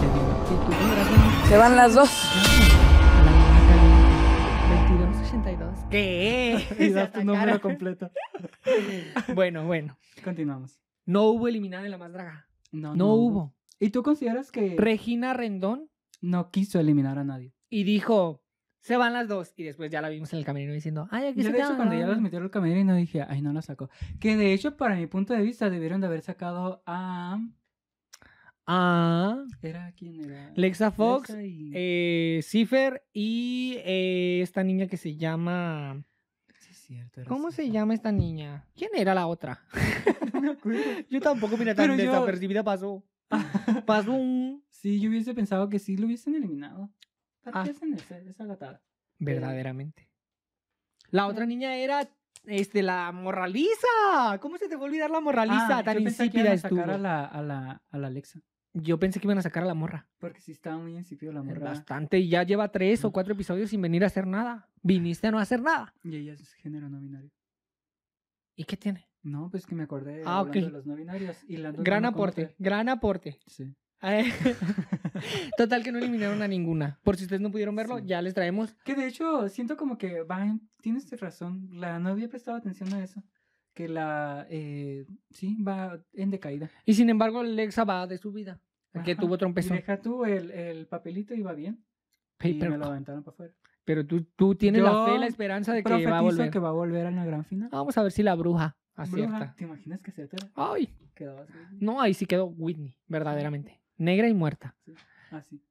se viene. Sí, tú vibras, ¿no? Se van las dos. La vaca, 22. 82. ¿Qué? [LAUGHS] [LAUGHS] Y Se das tu atacaron. número completo. [LAUGHS] Bueno, bueno. Continuamos. No hubo eliminada de la más draga. No, hubo. ¿Y tú consideras que Regina Rendón no quiso eliminar a nadie? y dijo, se van las dos. Y después ya la vimos en el camerino diciendo, ay, aquí Yo se de hecho quedan, cuando ya ¿no? los metieron al camerino dije, ay, no la sacó. Que de hecho, para mi punto de vista, debieron de haber sacado a... Ah, ¿Era quién era? Lexa Fox, Alexa y- eh, Cipher y eh, esta niña que se llama... Sí, es cierto, era ¿Cómo Alexa se Fox. llama esta niña? ¿Quién era la otra? [LAUGHS] [LAUGHS] No me acuerdo. Yo tampoco, mira, tan Pero yo- desapercibida [LAUGHS] pasó. Pasó un... Sí, yo hubiese pensado que sí lo hubiesen eliminado. ¿Para qué Ah. hacen esa, esa gatada? Verdaderamente. eh, La otra niña era... Este, la morraliza. ¿Cómo se te va a olvidar la morraliza? Ah, tan yo pensé que insípida iban a sacar a estuvo. la, a, la, a la Alexa. Yo pensé que iban a sacar a la morra. Porque sí estaba muy insípido la morra. Mm. Bastante. Y ya lleva tres o cuatro episodios sin venir a hacer nada. Viniste a no hacer nada. Y ella es género no binario. ¿Y qué tiene? No, pues que me acordé Ah, hablando ok. de los no binarios. Y la gran aporte, gran [LAUGHS] aporte. [LAUGHS] Sí. Total que no eliminaron a ninguna. Por si ustedes no pudieron verlo, Sí. ya les traemos. Que de hecho, siento como que va en- Tienes razón. La no había prestado atención a eso. Que la. Eh, sí, va en decaída. Y sin embargo, Lexa va de su vida. Porque Ajá. tuvo Y trompezón. deja tú el, el papelito iba bien. Pe- y me lo Pero, aventaron para afuera. pero tú, tú tienes la Yo fe, la esperanza de que Profetizo va a volver. Ah, que va a volver a la gran final. Vamos a ver si la bruja acierta. Bruja, ¿Te imaginas que se te Ay, Quedabas bien? no, ahí sí quedó Whitney, verdaderamente. Negra y muerta. así,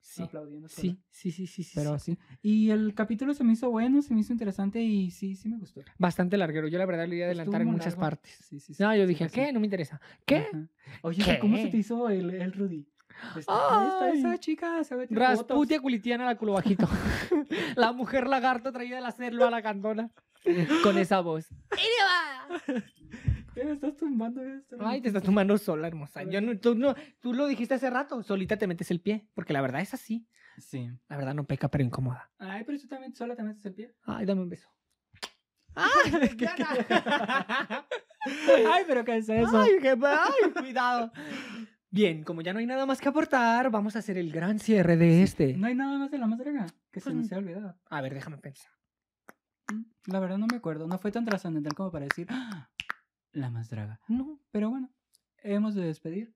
Sí, aplaudiendo. sola. sí, sí, sí, sí. sí, Pero sí. sí. Y el capítulo se me hizo bueno, se me hizo interesante y sí, sí me gustó. Bastante larguero. Yo la verdad lo iba a adelantar en Estuvo muchas largo. partes. Sí, sí, sí, No, yo sí dije, me ¿qué? hizo. No me interesa. ¿Qué? Ajá. Oye, ¿Qué? ¿cómo se te hizo el, el Rudy? Este, Está, esta, Ay. Ah, esa chica se ve Rasputia culitiana la culo [LAUGHS] bajito. la mujer lagarto traída de la selva a la [LAUGHS] candona. Con esa voz. Te estás tumbando. ya estás Ay, tumbando. te estás tomando sola, hermosa. Yo no- tú, no- tú lo dijiste hace rato. Solita te metes el pie. Porque la verdad es así. Sí. La verdad no peca, pero incomoda. Ay, pero tú también sola te metes el pie. Ay, dame un beso. [LAUGHS] ¡Ay, [LAUGHS] ¿Qué- Diana! [LAUGHS] Ay, pero ¿qué es eso? Ay, qué pa- ay, cuidado. Bien, como ya no hay nada más que aportar, vamos a hacer el gran cierre de este. No hay nada más de la más draga que se Pues, nos haya olvidado. A ver, déjame pensar. Mm, La verdad no me acuerdo. No fue tan trascendental como para decir "Ah, la más draga. No. Pero bueno, hemos de despedir.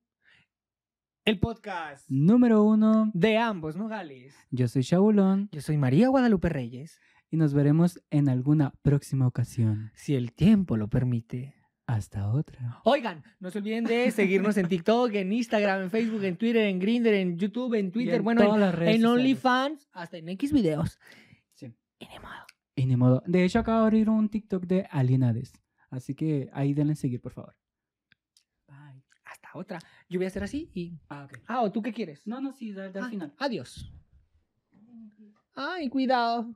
El podcast Número uno, de ambos, ¿no, Gales? yo soy Shaulón Yo soy María Guadalupe Reyes. y nos veremos en alguna próxima ocasión. Si el tiempo lo permite. Hasta otra. Oigan, no se olviden de seguirnos en TikTok, en Instagram, en Facebook, en Twitter, en Grindr, en YouTube, en Y Twitter, en bueno, todas las en, redes en sociales. OnlyFans, hasta en X videos. Sí. Y ni modo. Y ni modo. De hecho, acabo de abrir un TikTok de Alienades. Así que ahí denle seguir, por favor. Bye. Hasta otra. Yo voy a hacer así y. Ah, ok. Ah, ¿o tú qué quieres? No, no, sí, dale al Ah, final. Adiós. Ay, cuidado.